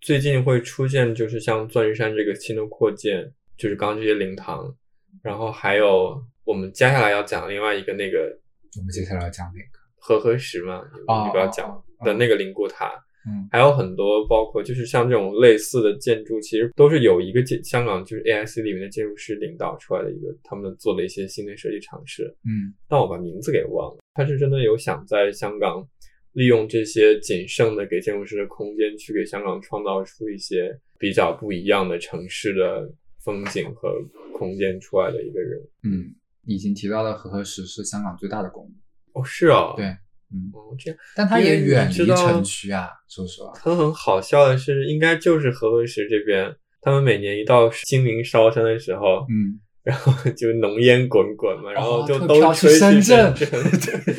最近会出现就是像钻石山这个新的扩建，就是刚刚这些灵堂，然后还有我们接下来要讲另外一个那个我们接下来要讲哪个？和合石嘛，你哦你不要讲哦哦的那个灵骨塔，嗯还有很多包括就是像这种类似的建筑，其实都是有一个建香港就是 AIC 里面的建筑师领导出来的一个，他们做的一些新的设计尝试。嗯但我把名字给忘了。他是真的有想在香港利用这些仅剩的给建筑师的空间，去给香港创造出一些比较不一样的城市的风景和空间出来的一个人。嗯，已经提到了和合石是香港最大的公墓，哦，是哦，对，嗯，哦，这样但它因为也你远知离道城区啊，说实话。他很好笑的是，应该就是何文石这边，他们每年一到清明烧香的时候，嗯，然后就浓烟滚滚嘛，然后哦就特都飘去吹去深圳圳对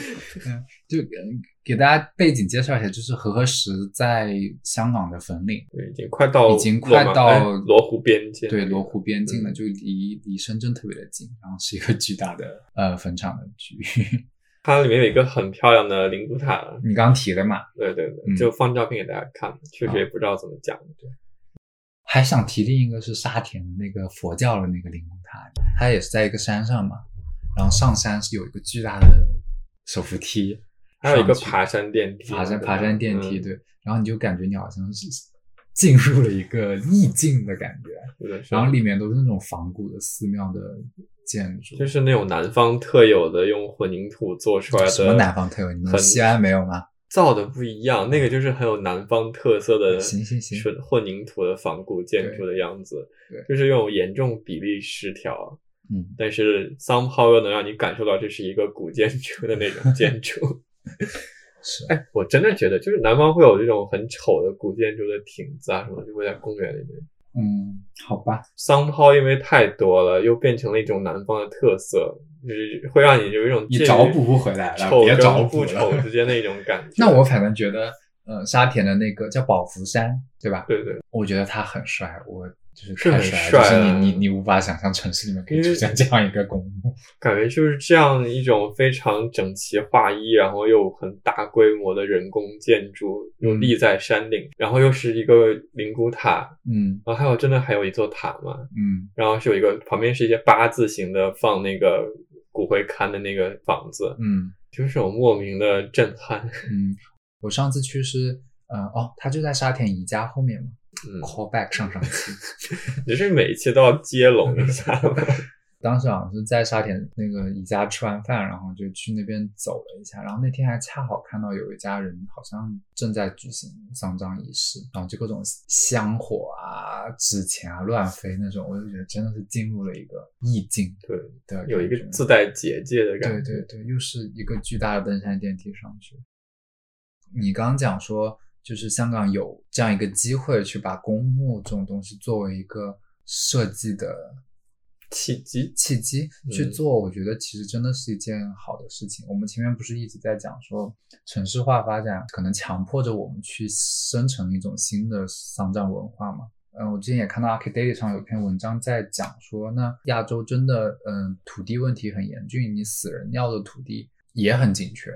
就嗯给大家背景介绍一下，就是和合石在香港的坟岭，对，已经快到已经罗快马到哎罗湖边界，对罗湖边境了，嗯就离离深圳特别的近，然后是一个巨大的呃坟场的区域。 它里面有一个很漂亮的灵骨塔，你刚提了嘛，对对对，嗯就放照片给大家看，确实好也不知道怎么讲。对，还想提另一个是沙田的那个佛教的那个灵骨塔，它也是在一个山上嘛，然后上山是有一个巨大的手扶梯，还有一个上去爬山电梯，爬山对吧爬山电梯，，嗯对，然后你就感觉你好像是进入了一个意境的感觉，有点然后像里面都是那种仿古的寺庙的建筑，就是那种南方特有的用混凝土做出来的，什么南方特有？你很们西安没有吗？造的不一样，那个就是很有南方特色的，行行行混混凝土的仿古建筑的样子对，就是用严重比例失调，嗯，但是 somehow 又能让你感受到这是一个古建筑的那种建筑。 是哎，我真的觉得，就是南方会有这种很丑的古建筑的亭子啊什么，就会在公园里面。嗯，好吧，桑抛因为太多了，又变成了一种南方的特色，就是会让你有一种你介于找补不回来了丑别找跟补不了丑之间的一种 感觉。那我反正觉得，呃，沙田的那个叫宝福山，对吧？对对，我觉得他很帅，我就是是太很帅，帅就是啊你你你无法想象城市里面可以因为出现这样一个公墓，感觉就是这样一种非常整齐划一，然后又很大规模的人工建筑，嗯又立在山顶，然后又是一个灵骨塔，嗯然后还有真的还有一座塔嘛，嗯然后是有一个旁边是一些八字形的放那个骨灰龛的那个房子，嗯。就是有莫名的震撼。嗯，我上次去是，呃，哦，他就在沙田宜家后面嘛。嗯， Callback 上上期，只是每一期都要接龙一下嘛。当时好像是在沙田那个宜家吃完饭，然后就去那边走了一下，然后那天还恰好看到有一家人好像正在举行丧葬仪式，然后就各种香火啊、纸钱啊乱飞那种，我就觉得真的是进入了一个意境对，的感觉，有一个自带结界的感对觉。对对，又是一个巨大的登山电梯上去。你刚刚讲说，就是香港有这样一个机会去把公墓这种东西作为一个设计的契机，契机去嗯做，我觉得其实真的是一件好的事情。我们前面不是一直在讲说，城市化发展可能强迫着我们去生成一种新的丧葬文化嘛。嗯，我之前也看到 a r c h d a i l y 上有一篇文章在讲说，那亚洲真的，嗯，土地问题很严峻，你死人要的土地也很紧缺。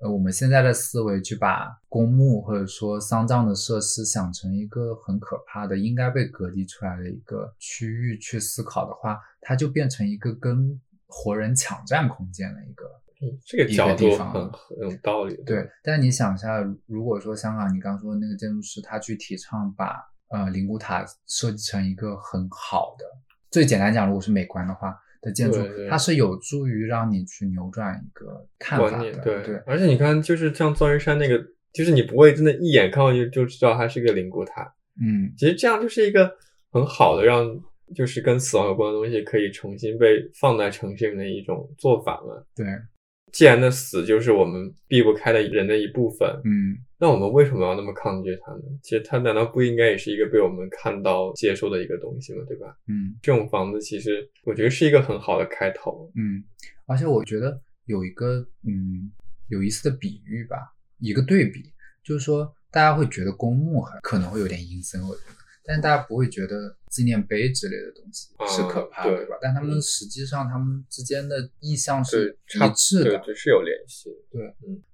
呃，我们现在的思维去把公墓或者说丧葬的设施想成一个很可怕的、应该被隔离出来的一个区域去思考的话，它就变成一个跟活人抢占空间的一个嗯这个角一度个地方很很有道理。对，但你想一下，如果说香港，你刚说那个建筑师，他去提倡把呃灵骨塔设计成一个很好的，最简单讲，如果是美观的话的建筑对对，它是有助于让你去扭转一个看观法念的，对，而且你看，就是像钻石山那个，就是你不会真的一眼看过去就知道它是个灵骨塔。嗯，其实这样就是一个很好的让就是跟死亡有关的东西可以重新被放在城市里面的一种做法嘛。对，既然的死就是我们避不开的人的一部分，嗯，那我们为什么要那么抗拒它呢？其实它难道不应该也是一个被我们看到、接受的一个东西吗？对吧？嗯，这种房子其实我觉得是一个很好的开头。嗯，而且我觉得有一个嗯有意思的比喻吧，一个对比，就是说大家会觉得公墓很可能会有点阴森，我觉得，但是大家不会觉得纪念碑之类的东西是可怕的，嗯对对吧？但他们嗯实际上他们之间的意向对是，差一不致的对，，对，是有联系。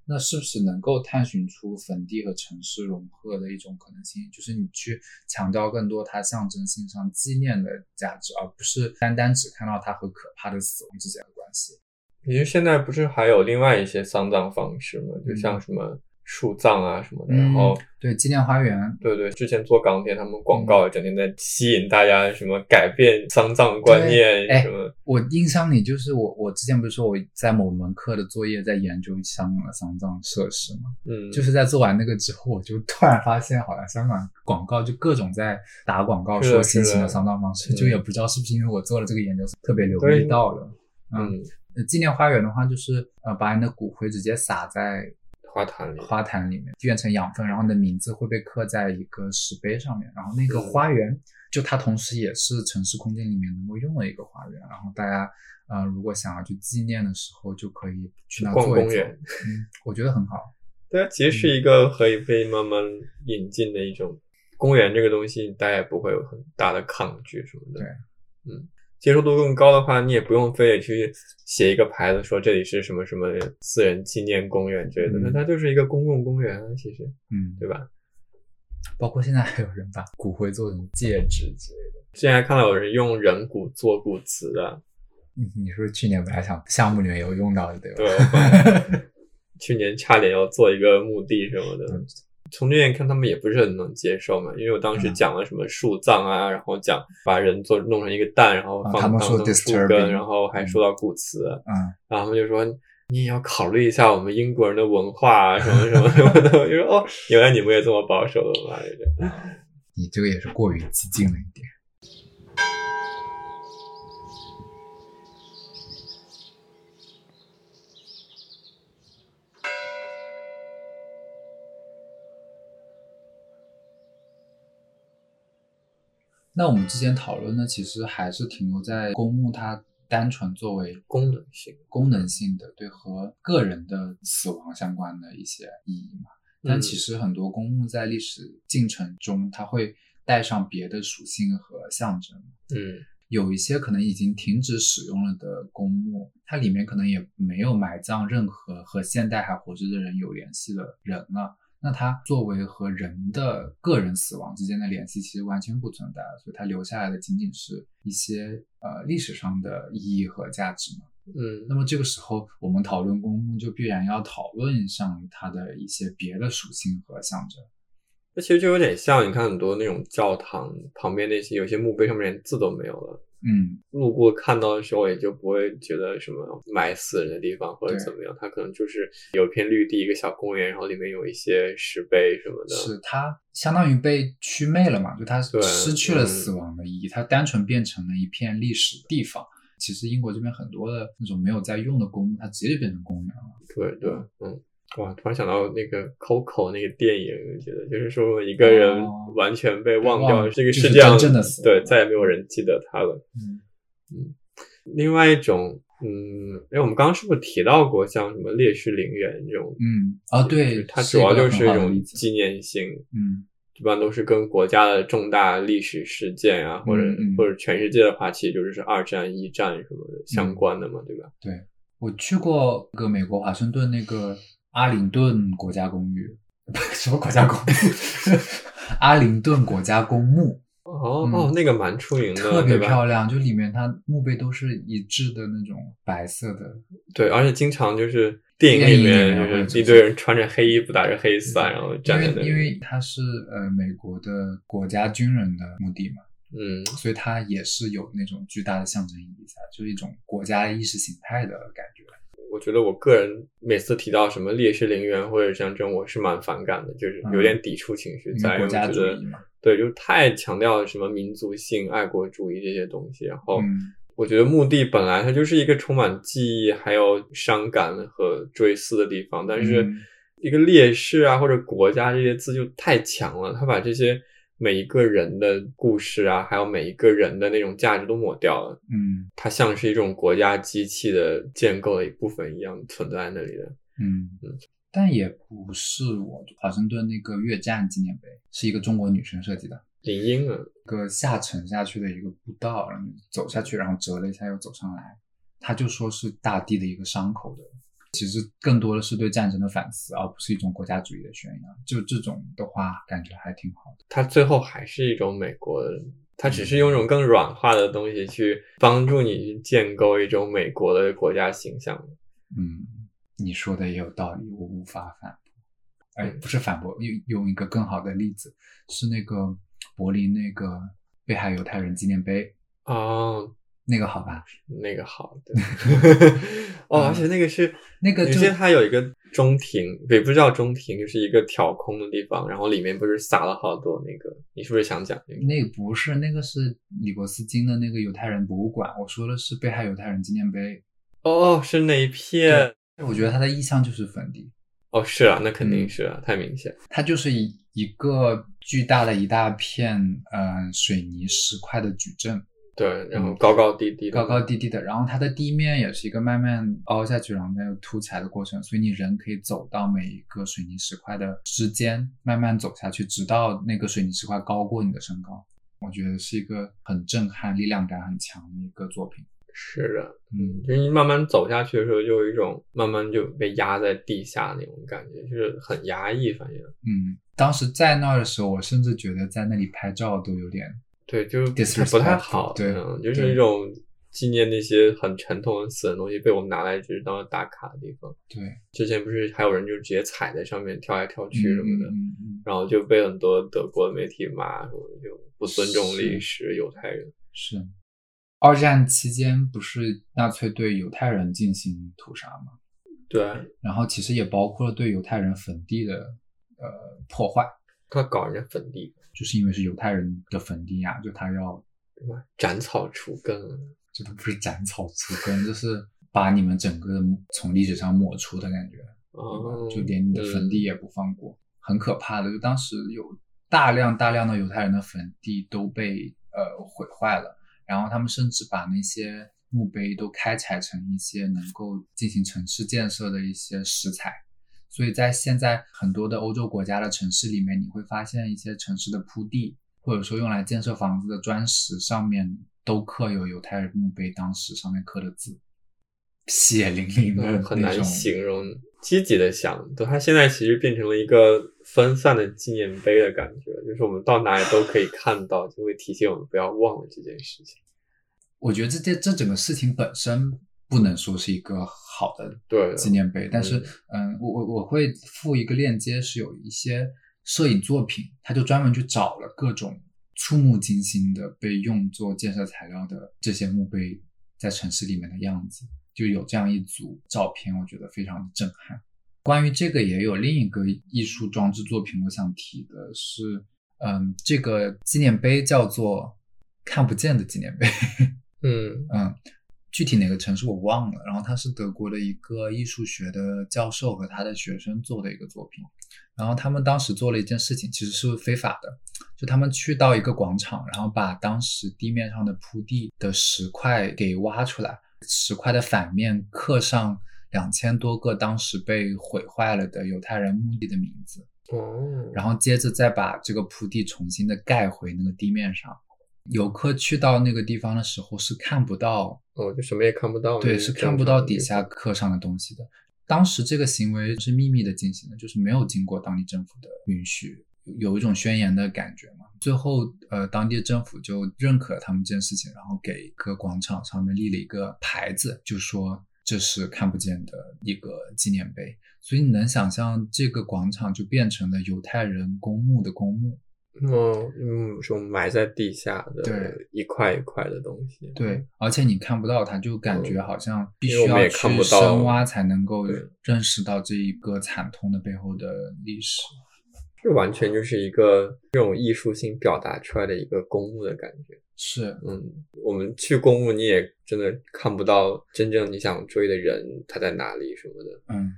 那是不是能够探寻出坟地和城市融合的一种可能性？就是你去强调更多它象征性上纪念的价值，而不是单单只看到它和可怕的死亡之间的关系。其实现在不是还有另外一些丧葬方式吗？就嗯像什么树葬啊什么的，然后对纪念花园，对对，之前做港铁他们广嗯告整天在吸引大家什么改变丧葬观念对哎什么，我印象里就是我我之前不是说我在某门课的作业在研究香港的丧葬设施嘛，嗯，就是在做完那个之后，我就突然发现，好像香港广告就各种在打广告是的说是新的型的丧葬方式，嗯就也不知道是不是因为我做了这个研究特别留对意到了。嗯，呃纪念花园的话，就是呃把你的骨灰直接撒在花坛里，花坛里面，变成养分，然后你的名字会被刻在一个石碑上面，然后那个嗯花园、就它同时也是城市空间里面能够用的一个花园，然后大家呃如果想要去纪念的时候，就可以去那逛坐一公坐，园嗯，我觉得很好，对啊，其实是一个可以被慢慢引进的一种公园这个东西，大家也不会有很大的抗拒什么的。嗯，接受度更高的话，你也不用非得去写一个牌子说这里是什么什么私人纪念公园之类的，嗯那、它就是一个公共公园啊，其实嗯，对吧？包括现在还有人把骨灰做成戒指之类的。之前还看到有人用人骨做骨瓷的，嗯你是不是去年本来想项目里面有用到的，对吧？对，我 看去年差点要做一个墓地什么的嗯。从这点看，他们也不是很能接受嘛，因为我当时嗯讲了什么树葬啊，然后讲把人做弄成一个蛋，然后啊放他们当说成树 disturbing 根，然后还说到骨瓷，嗯，然后他们就说你也要考虑一下我们英国人的文化啊，什么什么什么的。 我就说哦，原来你们也这么保守的嘛，这个你这个也是过于激进了一点。那我们之前讨论的其实还是停留在公墓它单纯作为功能性。功能性的，对和个人的死亡相关的一些意义嘛。嗯但其实很多公墓在历史进程中，它会带上别的属性和象征。嗯，有一些可能已经停止使用了的公墓，它里面可能也没有埋葬任何和现代还活着的人有联系的人了。那它作为和人的个人死亡之间的联系，其实完全不存在了，所以它留下来的仅仅是一些呃历史上的意义和价值嘛。嗯那么这个时候，我们讨论公墓，就必然要讨论上它的一些别的属性和象征。那其实就有点像你看很多那种教堂旁边那些有些墓碑上面连字都没有了，嗯，路过看到的时候也就不会觉得什么埋死人的地方或者对怎么样，它可能就是有一片绿地，一个小公园，然后里面有一些石碑什么的。是它相当于被祛魅了嘛，就它嗯对失去了嗯死亡的意义，它单纯变成了一片历史的地方。其实英国这边很多的那种没有在用的公墓，它直接就变成公园了。对对，嗯，哇，突然想到那个 Coco 那个电影，我觉得就是说一个人哦完全被忘忘掉了这个就是世界真上，正的死对，亡再也没有人记得他了。嗯，另外一种，嗯，哎，我们刚刚是不是提到过像什么烈士陵园这种？嗯，啊就对，它主是一要个就很是一好的种例子纪念性，嗯一般都是跟国家的重大历史事件啊，或者嗯嗯或者全世界的话，其实就是二战、一战什么的相关的嘛，对吧？我去过那个美国华盛顿那个阿灵顿国家公寓， 什么国家公寓？ 阿灵顿国家公墓哦嗯哦，那个蛮出名的，特对别吧？漂亮，就里面它墓碑都是一致的那种白色的，对，而且经常就是电影电里影里面面就是会出嗯一堆人穿着黑衣服，打着黑伞，然后站在那因为因里。为它是呃美国的国家军人的墓地嘛，嗯，所以它也是有那种巨大的象征意义在，就是一种国家意识形态的感觉。我觉得我个人每次提到什么烈士陵园或者像这种，我是蛮反感的，就是有点抵触情绪嗯因在，为因为国我家觉主得义嘛，对，就是太强调什么民族性、爱国主义这些东西，然后。嗯，我觉得墓地本来它就是一个充满记忆、还有伤感和追思的地方，但是嗯一个烈士啊或者国家这些字就太强了，他把这些每一个人的故事啊，还有每一个人的那种价值都抹掉了，嗯它像是一种国家机器的建构的一部分一样存在那里的。嗯嗯，但也不是我华盛顿那个越战纪念碑是一个中国女生设计的，林英啊，一个下沉下去的一个步道，然后走下去，然后折了一下又走上来，他就说是大地的一个伤口的。其实更多的是对战争的反思，而不是一种国家主义的宣扬。就这种的话，感觉还挺好的。它最后还是一种美国的，它只是用一种更软化的东西去帮助你去建构一种美国的国家形象。嗯，你说的也有道理，我无法反驳。哎，不是反驳，用用一个更好的例子，是那个柏林那个被害犹太人纪念碑，哦，那个好吧？那个好 的，对哦，而且那个是嗯那个你就记得它有一个中庭，也不是叫中庭，就是一个挑空的地方，然后里面不是撒了好多那个，你是不是想讲那个？那个不是，那个是李伯斯金的那个犹太人博物馆。我说的是被害犹太人纪念碑，哦，哦，是那一片，我觉得它的意象就是坟地，哦，是啊，那肯定嗯是啊，太明显，它就是一一个巨大的一大片，嗯、水泥石块的矩阵，对，然后嗯高高低低的，高高低低的。然后它的地面也是一个慢慢凹下去，然后再凸起来的过程，所以你人可以走到每一个水泥石块的之间，慢慢走下去，直到那个水泥石块高过你的身高。我觉得是一个很震撼、力量感很强的一个作品。是的，嗯，就是你慢慢走下去的时候，就有一种慢慢就被压在地下那种感觉，就是很压抑，反正嗯，当时在那儿的时候，我甚至觉得在那里拍照都有点，对，就是不 Disrespectful，不太好，对嗯，就是对一种纪念那些很沉痛很死的东西被我们拿来只是当打卡的地方。对，之前不是还有人就直接踩在上面跳来跳去什么的，嗯嗯嗯，然后就被很多德国媒体骂什么的，就不尊重历史、犹太人。是。二战期间不是纳粹对犹太人进行屠杀吗？对，啊然后其实也包括了对犹太人坟地的呃破坏，他搞人家坟地，就是因为是犹太人的坟地呀、就他要妈斩草除根。啊这都不是斩草除根，就是把你们整个从历史上抹除的感觉。哦，就连你的坟地也不放过，很可怕的。就当时有大量大量的犹太人的坟地都被呃毁坏了，然后他们甚至把那些墓碑都开采成一些能够进行城市建设的一些石材。所以在现在很多的欧洲国家的城市里面，你会发现一些城市的铺地，或者说用来建设房子的砖石上面都刻有犹太人墓碑当时上面刻的字，血淋淋的那嗯，种，很难形容。积极的想，对，它现在其实变成了一个分散的纪念碑的感觉，就是我们到哪里都可以看到，就会提醒我们不要忘了这件事情。我觉得这这这整个事情本身不能说是一个好的对，纪念碑，但是嗯，我我我会附一个链接，是有一些摄影作品，他就专门去找了各种触目惊心的被用作建设材料的这些墓碑在城市里面的样子，就有这样一组照片，我觉得非常的震撼。关于这个也有另一个艺术装置作品，我想提的是，嗯，这个纪念碑叫做“看不见的纪念碑”，嗯嗯，具体哪个城市我忘了。然后它是德国的一个艺术学的教授和他的学生做的一个作品。然后他们当时做了一件事情，其实是非法的，就他们去到一个广场，然后把当时地面上的铺地的石块给挖出来，石块的反面刻上。两千多个当时被毁坏了的犹太人墓地的名字，哦，然后接着再把这个铺地重新的盖回那个地面上。游客去到那个地方的时候是看不到，哦，就什么也看不到，对，那是正看不到常的底地下方刻上的东西的。当时这个行为是秘密的进行的，就是没有经过当地政府的允许，有一种宣言的感觉嘛。最后，呃，当地政府就认可了他们这件事情，然后给一个广场上面立了一个牌子，就说这是看不见的一个纪念碑。所以你能想象，这个广场就变成了犹太人公墓的公墓。哦，嗯，是我们埋在地下的对一块一块的东西。对，而且你看不到它，就感觉好像必嗯因为须我们要也看不去到深挖才能够对认识到这一个惨痛的背后的历史。这完全就是一个这种艺术性表达出来的一个公墓的感觉。是，嗯，我们去公墓，你也真的看不到真正你想追的人他在哪里什么的，嗯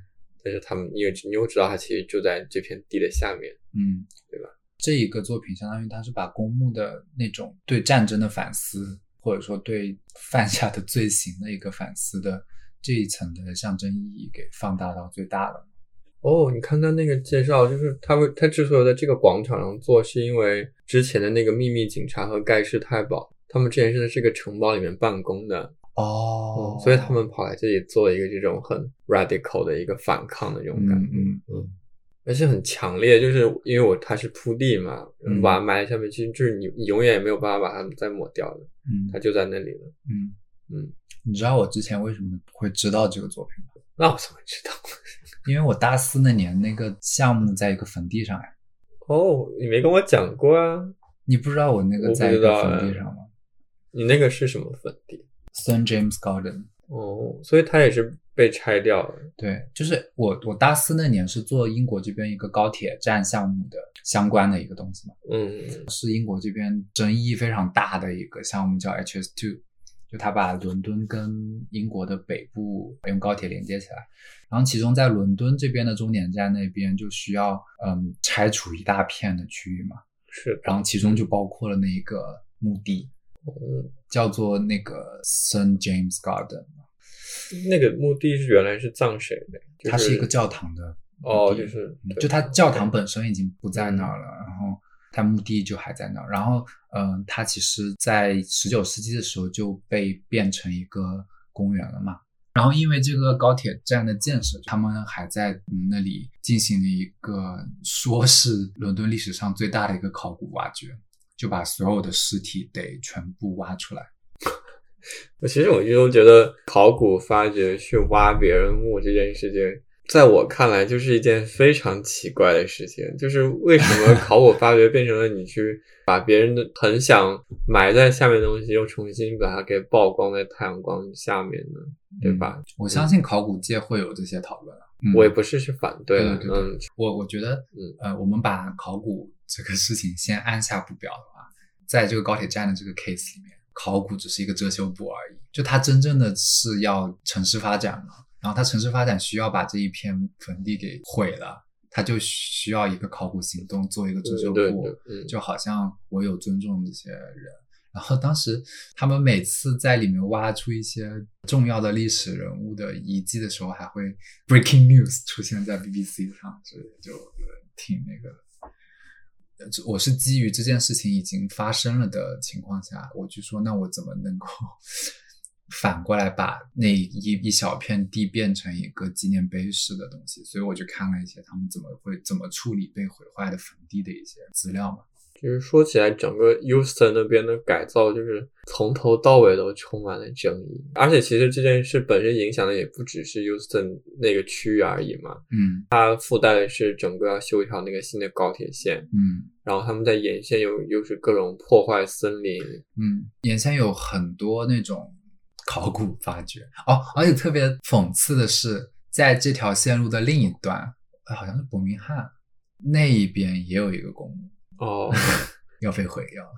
但是他们你也你又知道他其实就在这片地的下面。嗯，对吧？这一个作品相当于它是把公墓的那种对战争的反思，或者说对犯下的罪行的一个反思的这一层的象征意义给放大到最大了。哦，你看他那个介绍，就是他会他之所以在这个广场上做，是因为之前的那个秘密警察和盖世太保，他们之前是在这个城堡里面办公的，哦所以他们跑来这里做一个这种很 radical 的一个反抗的这种嗯感觉，嗯而且很强烈，就是因为我它是铺地嘛，嗯把它埋在下面，其实就是你你永远也没有办法把它再抹掉的，嗯它就在那里了。嗯嗯，你知道我之前为什么会知道这个作品吗？那我怎么知道？ 因为我大四那年那个项目在一个坟地上呀，哦，你没跟我讲过啊？你不知道我那我个不在一知道个坟哎地上吗你那个是什么坟地？ ？St. James Garden。哦，所以它也是被拆掉了。对，就是我我大四那年是做英国这边一个高铁站项目的相关的一个东西嘛，嗯，是英国这边争议非常大的一个项目叫 HS Two，就它把伦敦跟英国的北部用高铁连接起来，然后其中在伦敦这边的终点站那边就需要嗯拆除一大片的区域嘛，是的。然后其中就包括了那一个墓地。呃嗯，叫做那个 St. James Garden，那个墓地是原来是葬谁的？就是、它是一个教堂的哦，墓地就是嗯就它教堂本身已经不在那儿了，然后它墓地就还在那儿。然后，嗯、它其实在十九世纪的时候就被变成一个公园了嘛。然后，因为这个高铁站的建设，他们还在嗯那里进行了一个说是伦敦历史上最大的一个考古挖掘，就把所有的尸体得全部挖出来。我其实我一直都觉得考古发掘去挖别人墓这件事情，在我看来就是一件非常奇怪的事情。就是为什么考古发掘变成了你去把别人的很想埋在下面的东西，又重新把它给曝光在太阳光下面呢？嗯对吧？我相信考古界会有这些讨论啊。嗯我也不是去反对了，对对对嗯，我我觉得嗯，呃，我们把考古这个事情先按下不表的话，在这个高铁站的这个 case 里面，考古只是一个遮羞布而已。就它真正的是要城市发展嘛，然后它城市发展需要把这一片坟地给毁了，它就需要一个考古行动做一个遮羞布。对对对，嗯，就好像我有尊重这些人。然后当时他们每次在里面挖出一些重要的历史人物的遗迹的时候，还会 breaking news 出现在 BBC 上，所以就挺那个的。呃这我是基于这件事情已经发生了的情况下，我就说，那我怎么能够 反过来把那一一小片地变成一个纪念碑式的东西？所以我就看了一些他们怎么会怎么处理被毁坏的坟地的一些资料嘛。就是说起来，整个 Houston 那边的改造，就是从头到尾都充满了争议。而且，其实这件事本身影响的也不只是 Houston 那个区域而已嘛，嗯它附带的是整个要修一条那个新的高铁线，嗯然后他们在沿线又又是各种破坏森林，嗯，沿线有很多那种考古发掘哦，而且特别讽刺的是，在这条线路的另一段，呃好像是伯明翰那一边也有一个公墓 哦，要被毁掉了。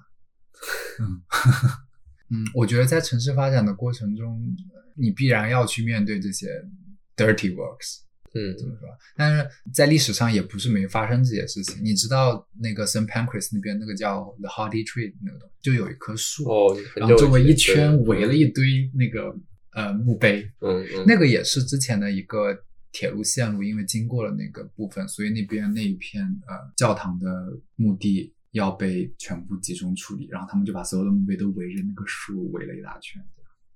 嗯 嗯，我觉得在城市发展的过程中，你必然要去面对这些 dirty works。嗯怎么说？但是在历史上也不是没发生这些事情。你知道那个 St. Pancras 那边那个叫 The Hardy Tree 那个东西，就有一棵树，哦，然后周围一圈对围了一堆那个呃墓碑，嗯嗯，那个也是之前的一个铁路线路，因为经过了那个部分，所以那边那一片呃教堂的墓地要被全部集中处理，然后他们就把所有的墓碑都围着那个树围了一大圈。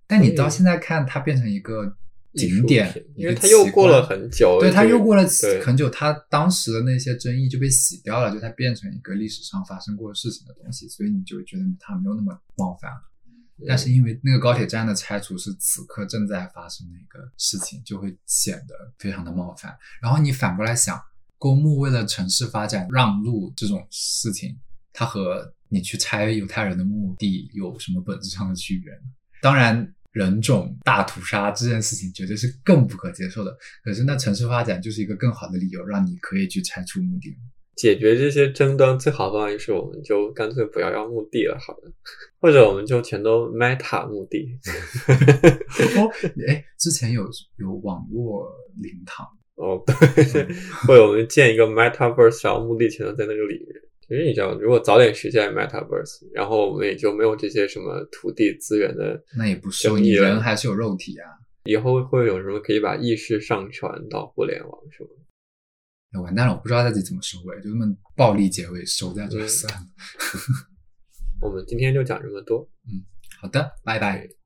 但你到现在看，它变成一个嗯艺景术点品，一因为个它又奇过观了很久，对，它就又过了对很久，它当时的那些争议就被洗掉了，就它变成一个历史上发生过的事情的东西，所以你就觉得它没有那么冒犯了。嗯但是因为那个高铁站的拆除是此刻正在发生的一个事情，就会显得非常的冒犯。然后你反过来想，公墓为了城市发展让路这种事情，它和你去拆犹太人的墓地有什么本质上的区别呢？当然，人种大屠杀这件事情绝对是更不可接受的。可是那城市发展就是一个更好的理由，让你可以去拆除墓地。解决这些争端最好的办法就是，我们就干脆不要要墓地了，好了，或者我们就全都 Meta 墓地。 哦，哎，之前有有网络灵堂。哦，对，或者我们建一个 Metaverse，然后墓地全都在那个里面。其实你知道，如果早点实现 Metaverse，然后我们也就没有这些什么土地资源的，那也不收争你议了人还是有肉体啊。以后会有什么可以把意识上传到互联网什么的？哎完蛋了，我不知道这集怎么收尾，就这么暴力结尾，收在这儿嗯算了。我们今天就讲这么多，好的，拜拜。对